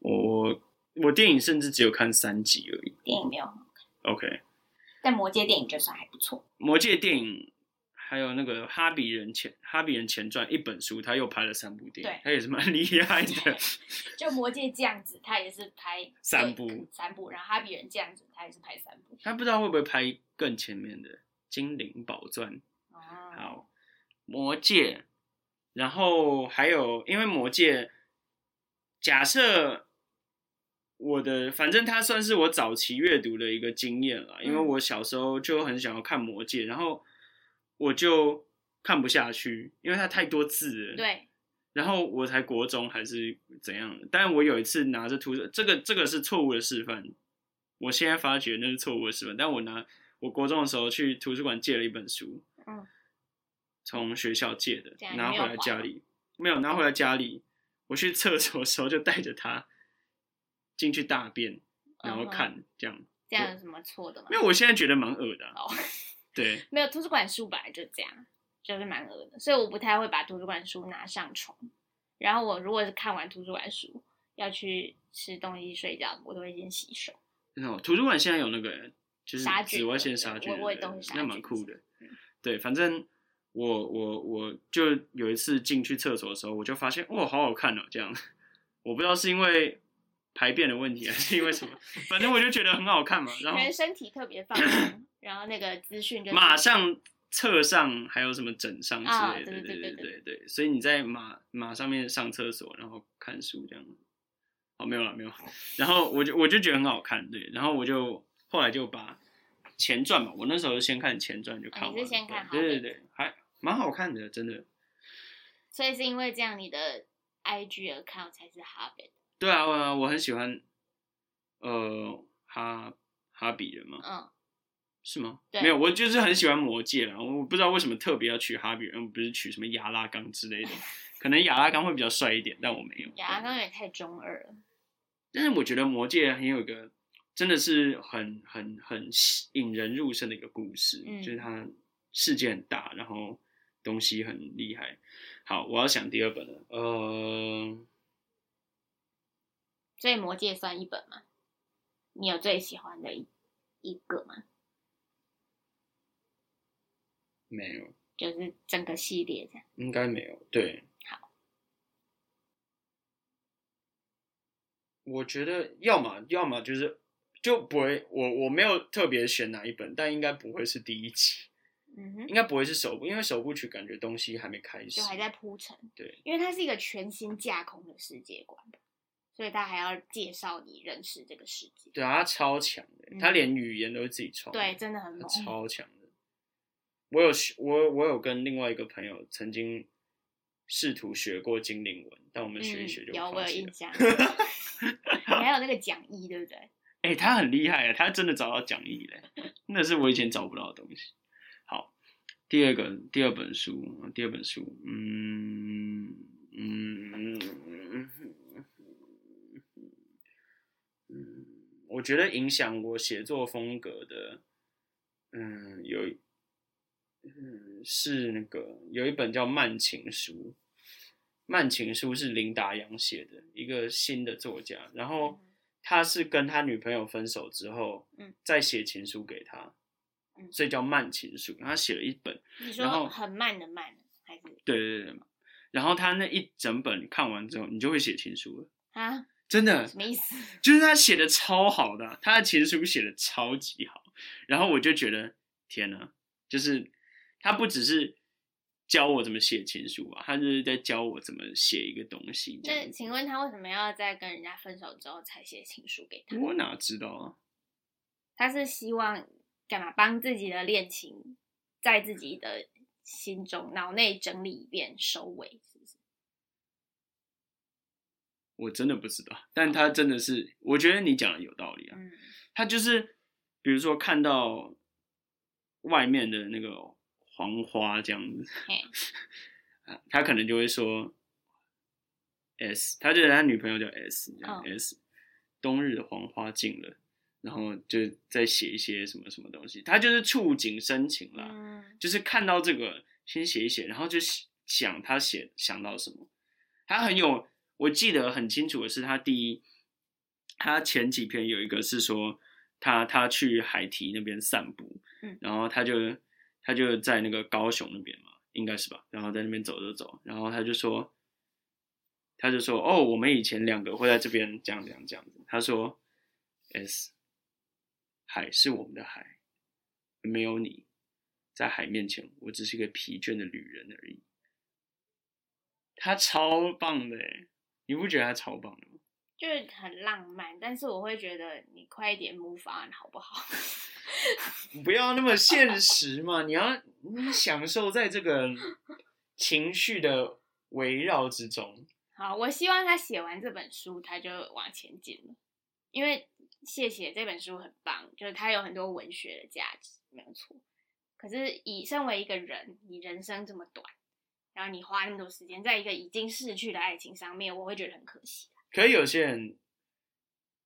[SPEAKER 2] 我我我电影甚至只有看三集而已。
[SPEAKER 3] 电影没有。
[SPEAKER 2] OK，《
[SPEAKER 3] 但《魔戒》电影就算还不错。
[SPEAKER 2] 魔戒》电影。还有那个《哈比人前》《哈比人前传》一本书，他又拍了三部电影
[SPEAKER 3] 对，
[SPEAKER 2] 他也是蛮 厉害的。
[SPEAKER 3] 就《魔戒》这样子，他也是拍
[SPEAKER 2] 三
[SPEAKER 3] 对
[SPEAKER 2] 部
[SPEAKER 3] 三部，然后《哈比人》这样子，他也是拍三部。
[SPEAKER 2] 他不知道会不会拍更前面的《精灵宝钻》，
[SPEAKER 3] 哦，
[SPEAKER 2] 好，魔戒，然后还有，因为魔戒，假设我的，反正它算是我早期阅读的一个经验了，因为
[SPEAKER 3] 嗯
[SPEAKER 2] 我小时候就很想要看魔戒，然后我就看不下去，因为它太多字了。。
[SPEAKER 3] 对，
[SPEAKER 2] 然后我才国中还是怎样的，但我有一次拿着图，这个这个是错误的示范，我现在发觉那是错误的示范。但我拿我国中的时候去图书馆借了一本书，
[SPEAKER 3] 嗯，
[SPEAKER 2] 从学校借的
[SPEAKER 3] 这样，
[SPEAKER 2] 拿
[SPEAKER 3] 你
[SPEAKER 2] 回
[SPEAKER 3] 没有
[SPEAKER 2] 来
[SPEAKER 3] 还啊
[SPEAKER 2] 家
[SPEAKER 3] 吗
[SPEAKER 2] 里没有拿回来家里，我去厕所的时候就带着它进去大便，然后
[SPEAKER 3] 嗯哼
[SPEAKER 2] 看、这样，
[SPEAKER 3] 这样有什么错的吗
[SPEAKER 2] 因为？我现在觉得蛮恶的啊、
[SPEAKER 3] 哦
[SPEAKER 2] 对，
[SPEAKER 3] 没有，图书馆书本来就这样，就是蛮恶的，所以我不太会把图书馆书拿上床。然后我如果是看完图书馆书要去吃东西睡觉，我都会先洗手。
[SPEAKER 2] 那种图书馆现在有那个欸就是
[SPEAKER 3] 杀菌
[SPEAKER 2] 紫外
[SPEAKER 3] 的
[SPEAKER 2] 线
[SPEAKER 3] 对
[SPEAKER 2] 杀
[SPEAKER 3] 我
[SPEAKER 2] 菌的，
[SPEAKER 3] 我也
[SPEAKER 2] 对
[SPEAKER 3] 都会杀
[SPEAKER 2] 那蛮
[SPEAKER 3] 菌
[SPEAKER 2] 酷
[SPEAKER 3] 的嗯
[SPEAKER 2] 的。对，反正我我我就有一次进去厕所的时候，我就发现哇，好好看哦，这样。 我不知道是因为排便的问题还是因为什么，反正我就觉得很好看嘛。然后
[SPEAKER 3] 人身体特别放松，然后那个资讯就
[SPEAKER 2] 马上厕上还有什么枕上
[SPEAKER 3] 啊
[SPEAKER 2] 之类的，
[SPEAKER 3] 对
[SPEAKER 2] 对
[SPEAKER 3] 对对对
[SPEAKER 2] 对对。所以你在马马上面上厕所，然后看书这样。哦，没有了，没有。 然后我就我就觉得很好看，对。然后我就后来就把前传嘛，我那时候先看前传就看完了，
[SPEAKER 3] 哦你是先看
[SPEAKER 2] 对对
[SPEAKER 3] 好的
[SPEAKER 2] 对对，还蛮好看的，真的。
[SPEAKER 3] 所以是因为这样，你的 IG account 才是 Habit。
[SPEAKER 2] 对啊，我啊我很喜欢，呃，哈哈比人嘛，
[SPEAKER 3] 嗯，
[SPEAKER 2] 是吗？
[SPEAKER 3] 对
[SPEAKER 2] 没有，我就是很喜欢魔戒啦。我不知道为什么特别要取哈比人，不是取什么亚拉冈之类的。可能亚拉冈会比较帅一点，但我没有。
[SPEAKER 3] 亚当有点太中二了。
[SPEAKER 2] 但是我觉得魔戒很有一个，真的是很很很引人入胜的一个故事，
[SPEAKER 3] 嗯
[SPEAKER 2] 就是它世界很大，然后东西很厉害。好，我要想第二本了。呃，
[SPEAKER 3] 所以《魔戒》算一本吗？你有最喜欢的一一个吗？
[SPEAKER 2] 没有，
[SPEAKER 3] 就是整个系列这样。
[SPEAKER 2] 应该没有。对，
[SPEAKER 3] 好，
[SPEAKER 2] 我觉得要么要么就是就不会，我我没有特别选哪一本，但应该不会是第一集，
[SPEAKER 3] 嗯哼，
[SPEAKER 2] 应该不会是首部，因为首部曲感觉东西还没开始，
[SPEAKER 3] 就还在铺陈。
[SPEAKER 2] 对，
[SPEAKER 3] 因为它是一个全新架空的世界观，所以它还要介绍你认识这个世界。
[SPEAKER 2] 对啊，他超强的，
[SPEAKER 3] 嗯
[SPEAKER 2] 他连语言都是自己创的，
[SPEAKER 3] 对，真的很
[SPEAKER 2] 他
[SPEAKER 3] 猛。
[SPEAKER 2] 超强的。我有学我我有跟另外一个朋友曾经试图学过精灵文，但我们学一学就
[SPEAKER 3] 嗯、有我
[SPEAKER 2] 放
[SPEAKER 3] 有
[SPEAKER 2] 弃
[SPEAKER 3] 印
[SPEAKER 2] 了。
[SPEAKER 3] 象。你还有那个讲义，对不对？
[SPEAKER 2] 哎、他很厉害啊，他真的找到讲义嘞，那是我以前找不到的东西。好，第二个第二本书，第二本书，嗯嗯嗯嗯，我觉得影响我写作风格的，嗯，有一，嗯，是那个有一本叫《慢情书》，《慢情书》是林达阳写的，一个新的作家，然后
[SPEAKER 3] 嗯
[SPEAKER 2] 他是跟他女朋友分手之后，
[SPEAKER 3] 嗯，
[SPEAKER 2] 再写情书给他
[SPEAKER 3] 嗯，
[SPEAKER 2] 所以叫《慢情书》，他写了一本，
[SPEAKER 3] 你
[SPEAKER 2] 然
[SPEAKER 3] 说
[SPEAKER 2] 后
[SPEAKER 3] 很慢的慢，还是
[SPEAKER 2] 对对对，然后他那一整本看完之后，你就会写情书了，
[SPEAKER 3] 啊？
[SPEAKER 2] 真的，
[SPEAKER 3] 什么意思？
[SPEAKER 2] 就是他写的超好的，他的情书写的超级好，然后我就觉得天哪，就是他不只是教我怎么写情书啊，他就是在教我怎么写一个东西这
[SPEAKER 3] 那
[SPEAKER 2] 样子。
[SPEAKER 3] 请问他为什么要在跟人家分手之后才写情书给他？
[SPEAKER 2] 我哪知道啊？
[SPEAKER 3] 他是希望干嘛？帮自己的恋情在自己的心中脑内整理一遍，收尾是不是？
[SPEAKER 2] 我真的不知道，
[SPEAKER 3] 哦
[SPEAKER 2] 但他真的是，我觉得你讲的有道理啊。
[SPEAKER 3] 嗯
[SPEAKER 2] 他就是比如说看到外面的那个黄花这样子
[SPEAKER 3] 嘿，
[SPEAKER 2] 啊他可能就会说 S，他觉得他女朋友叫 S，这样、
[SPEAKER 3] 哦
[SPEAKER 2] S，冬日的黄花尽了，然后就再写一些什么什么东西，他就是触景生情啦，
[SPEAKER 3] 嗯，
[SPEAKER 2] 就是看到这个先写一写，然后就想他写想到什么。他很有，我记得很清楚的是，他第一，他前几篇有一个是说他他去海堤那边散步，
[SPEAKER 3] 嗯
[SPEAKER 2] 然后他就他就在那个高雄那边嘛，应该是吧，然后在那边走走走，然后他就说，他就说哦，我们以前两个会在这边这样这样这样子，他说 S 海是我们的海，没有你，在海面前，我只是一个疲倦的旅人而已。他超棒的欸，你不觉得他超棒的吗？
[SPEAKER 3] 就是很浪漫，但是我会觉得你快一点 move on 好不好？
[SPEAKER 2] 不要那么现实嘛，你要你享受在这个情绪的围绕之中。
[SPEAKER 3] 好，我希望他写完这本书，他就往前进了，因为谢谢这本书很棒，就是它有很多文学的价值，没有错。可是以身为一个人，你人生这么短，然后你花那么多时间在一个已经逝去的爱情上面，我会觉得很可惜。
[SPEAKER 2] 可是有些人，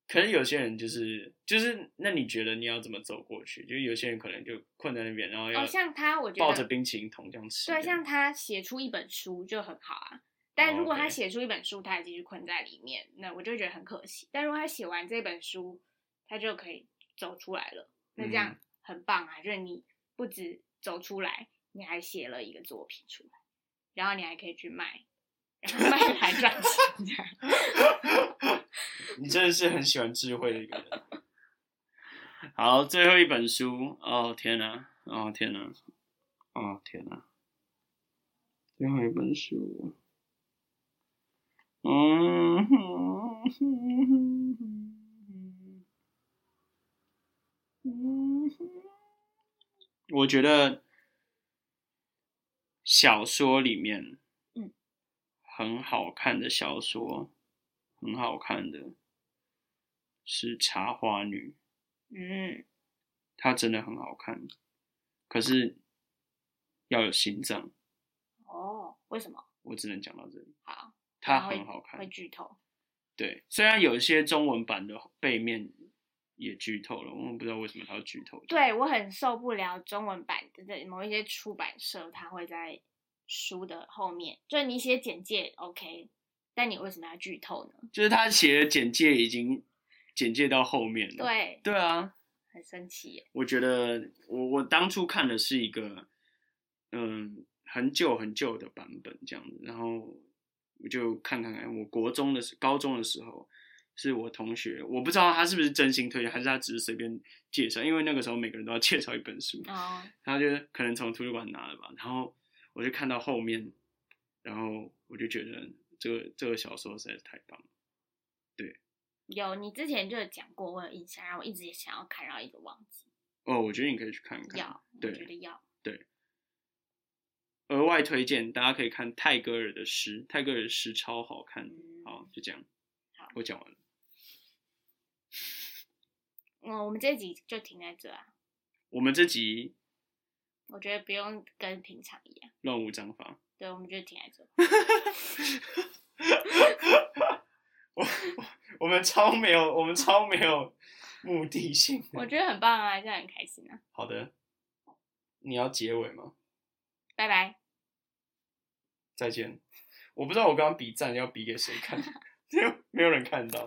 [SPEAKER 2] 可能有些人就是就是，那你觉得你要怎么走过去？就是有些人可能就困在那边，然后要
[SPEAKER 3] 哦，像他，我觉得
[SPEAKER 2] 啊抱着冰淇淋桶这样吃。
[SPEAKER 3] 对，像他写出一本书就很好啊。但如果他
[SPEAKER 2] 哦 OK
[SPEAKER 3] 写出一本书，他还继续困在里面，那我就会觉得很可惜。但如果他写完这本书，他就可以走出来了，那这
[SPEAKER 2] 嗯
[SPEAKER 3] 样很棒啊！就是你不止走出来，你还写了一个作品出来，然后你还可以去卖，然后卖了还赚钱，这样
[SPEAKER 2] 你真的是很喜欢智慧的一个人。好，最后一本书，哦天哪、哦天哪、哦天哪、最后一本书，嗯， 我觉得小说里面，
[SPEAKER 3] 嗯，
[SPEAKER 2] 很好看的小说，很好看的是《茶花女》。
[SPEAKER 3] 嗯，
[SPEAKER 2] 它真的很好看，可是要有心脏。
[SPEAKER 3] 哦，为什么？
[SPEAKER 2] 我只能讲到这里，
[SPEAKER 3] 好，
[SPEAKER 2] 它
[SPEAKER 3] 会
[SPEAKER 2] 很好
[SPEAKER 3] 会
[SPEAKER 2] 看。
[SPEAKER 3] 剧透。
[SPEAKER 2] 对，虽然有一些中文版的背面也剧透了，我不知道为什么它要剧透。，
[SPEAKER 3] 对我很受不了中文版的某一些出版社，它会在书的后面，就是你写简介 OK，但你为什么要剧透呢？
[SPEAKER 2] 就是他写的简介已经简介到后面了。，
[SPEAKER 3] 对，
[SPEAKER 2] 对啊，
[SPEAKER 3] 很生气耶。
[SPEAKER 2] 我觉得我我当初看的是一个，嗯，很旧很旧的版本这样子，然后我就看看看，我国中的时高中的时候，是我同学，我不知道他是不是真心推荐，还是他只是随便介绍，因为那个时候每个人都要介绍一本书，
[SPEAKER 3] 哦，
[SPEAKER 2] 他就可能从图书馆拿了吧，然后我就看到后面，然后我就觉得这个这个小说实在是太棒了，
[SPEAKER 3] 有你之前就有讲过，我有印象，然后我一直也想要看，然后一直忘记。
[SPEAKER 2] 哦，我觉得你可以去看看，
[SPEAKER 3] 要，我
[SPEAKER 2] 对
[SPEAKER 3] 觉得要。
[SPEAKER 2] 额外推荐，大家可以看泰戈尔的诗，泰戈尔的诗超好看。
[SPEAKER 3] 嗯
[SPEAKER 2] 好，就这样
[SPEAKER 3] 好，
[SPEAKER 2] 我讲完了。
[SPEAKER 3] 嗯，我们这集就停在这啊，
[SPEAKER 2] 我们这集
[SPEAKER 3] 我觉得不用跟平常一样。
[SPEAKER 2] 乱无章法，
[SPEAKER 3] 对，我们就停在这。
[SPEAKER 2] 我 我们超没有，我们超没有目的性的。
[SPEAKER 3] 我觉得很棒啊，这样很开心啊。
[SPEAKER 2] 好的，你要结尾吗？
[SPEAKER 3] 拜拜。
[SPEAKER 2] 再见。我不知道我刚刚比赞要比给谁看，没有没有人看到。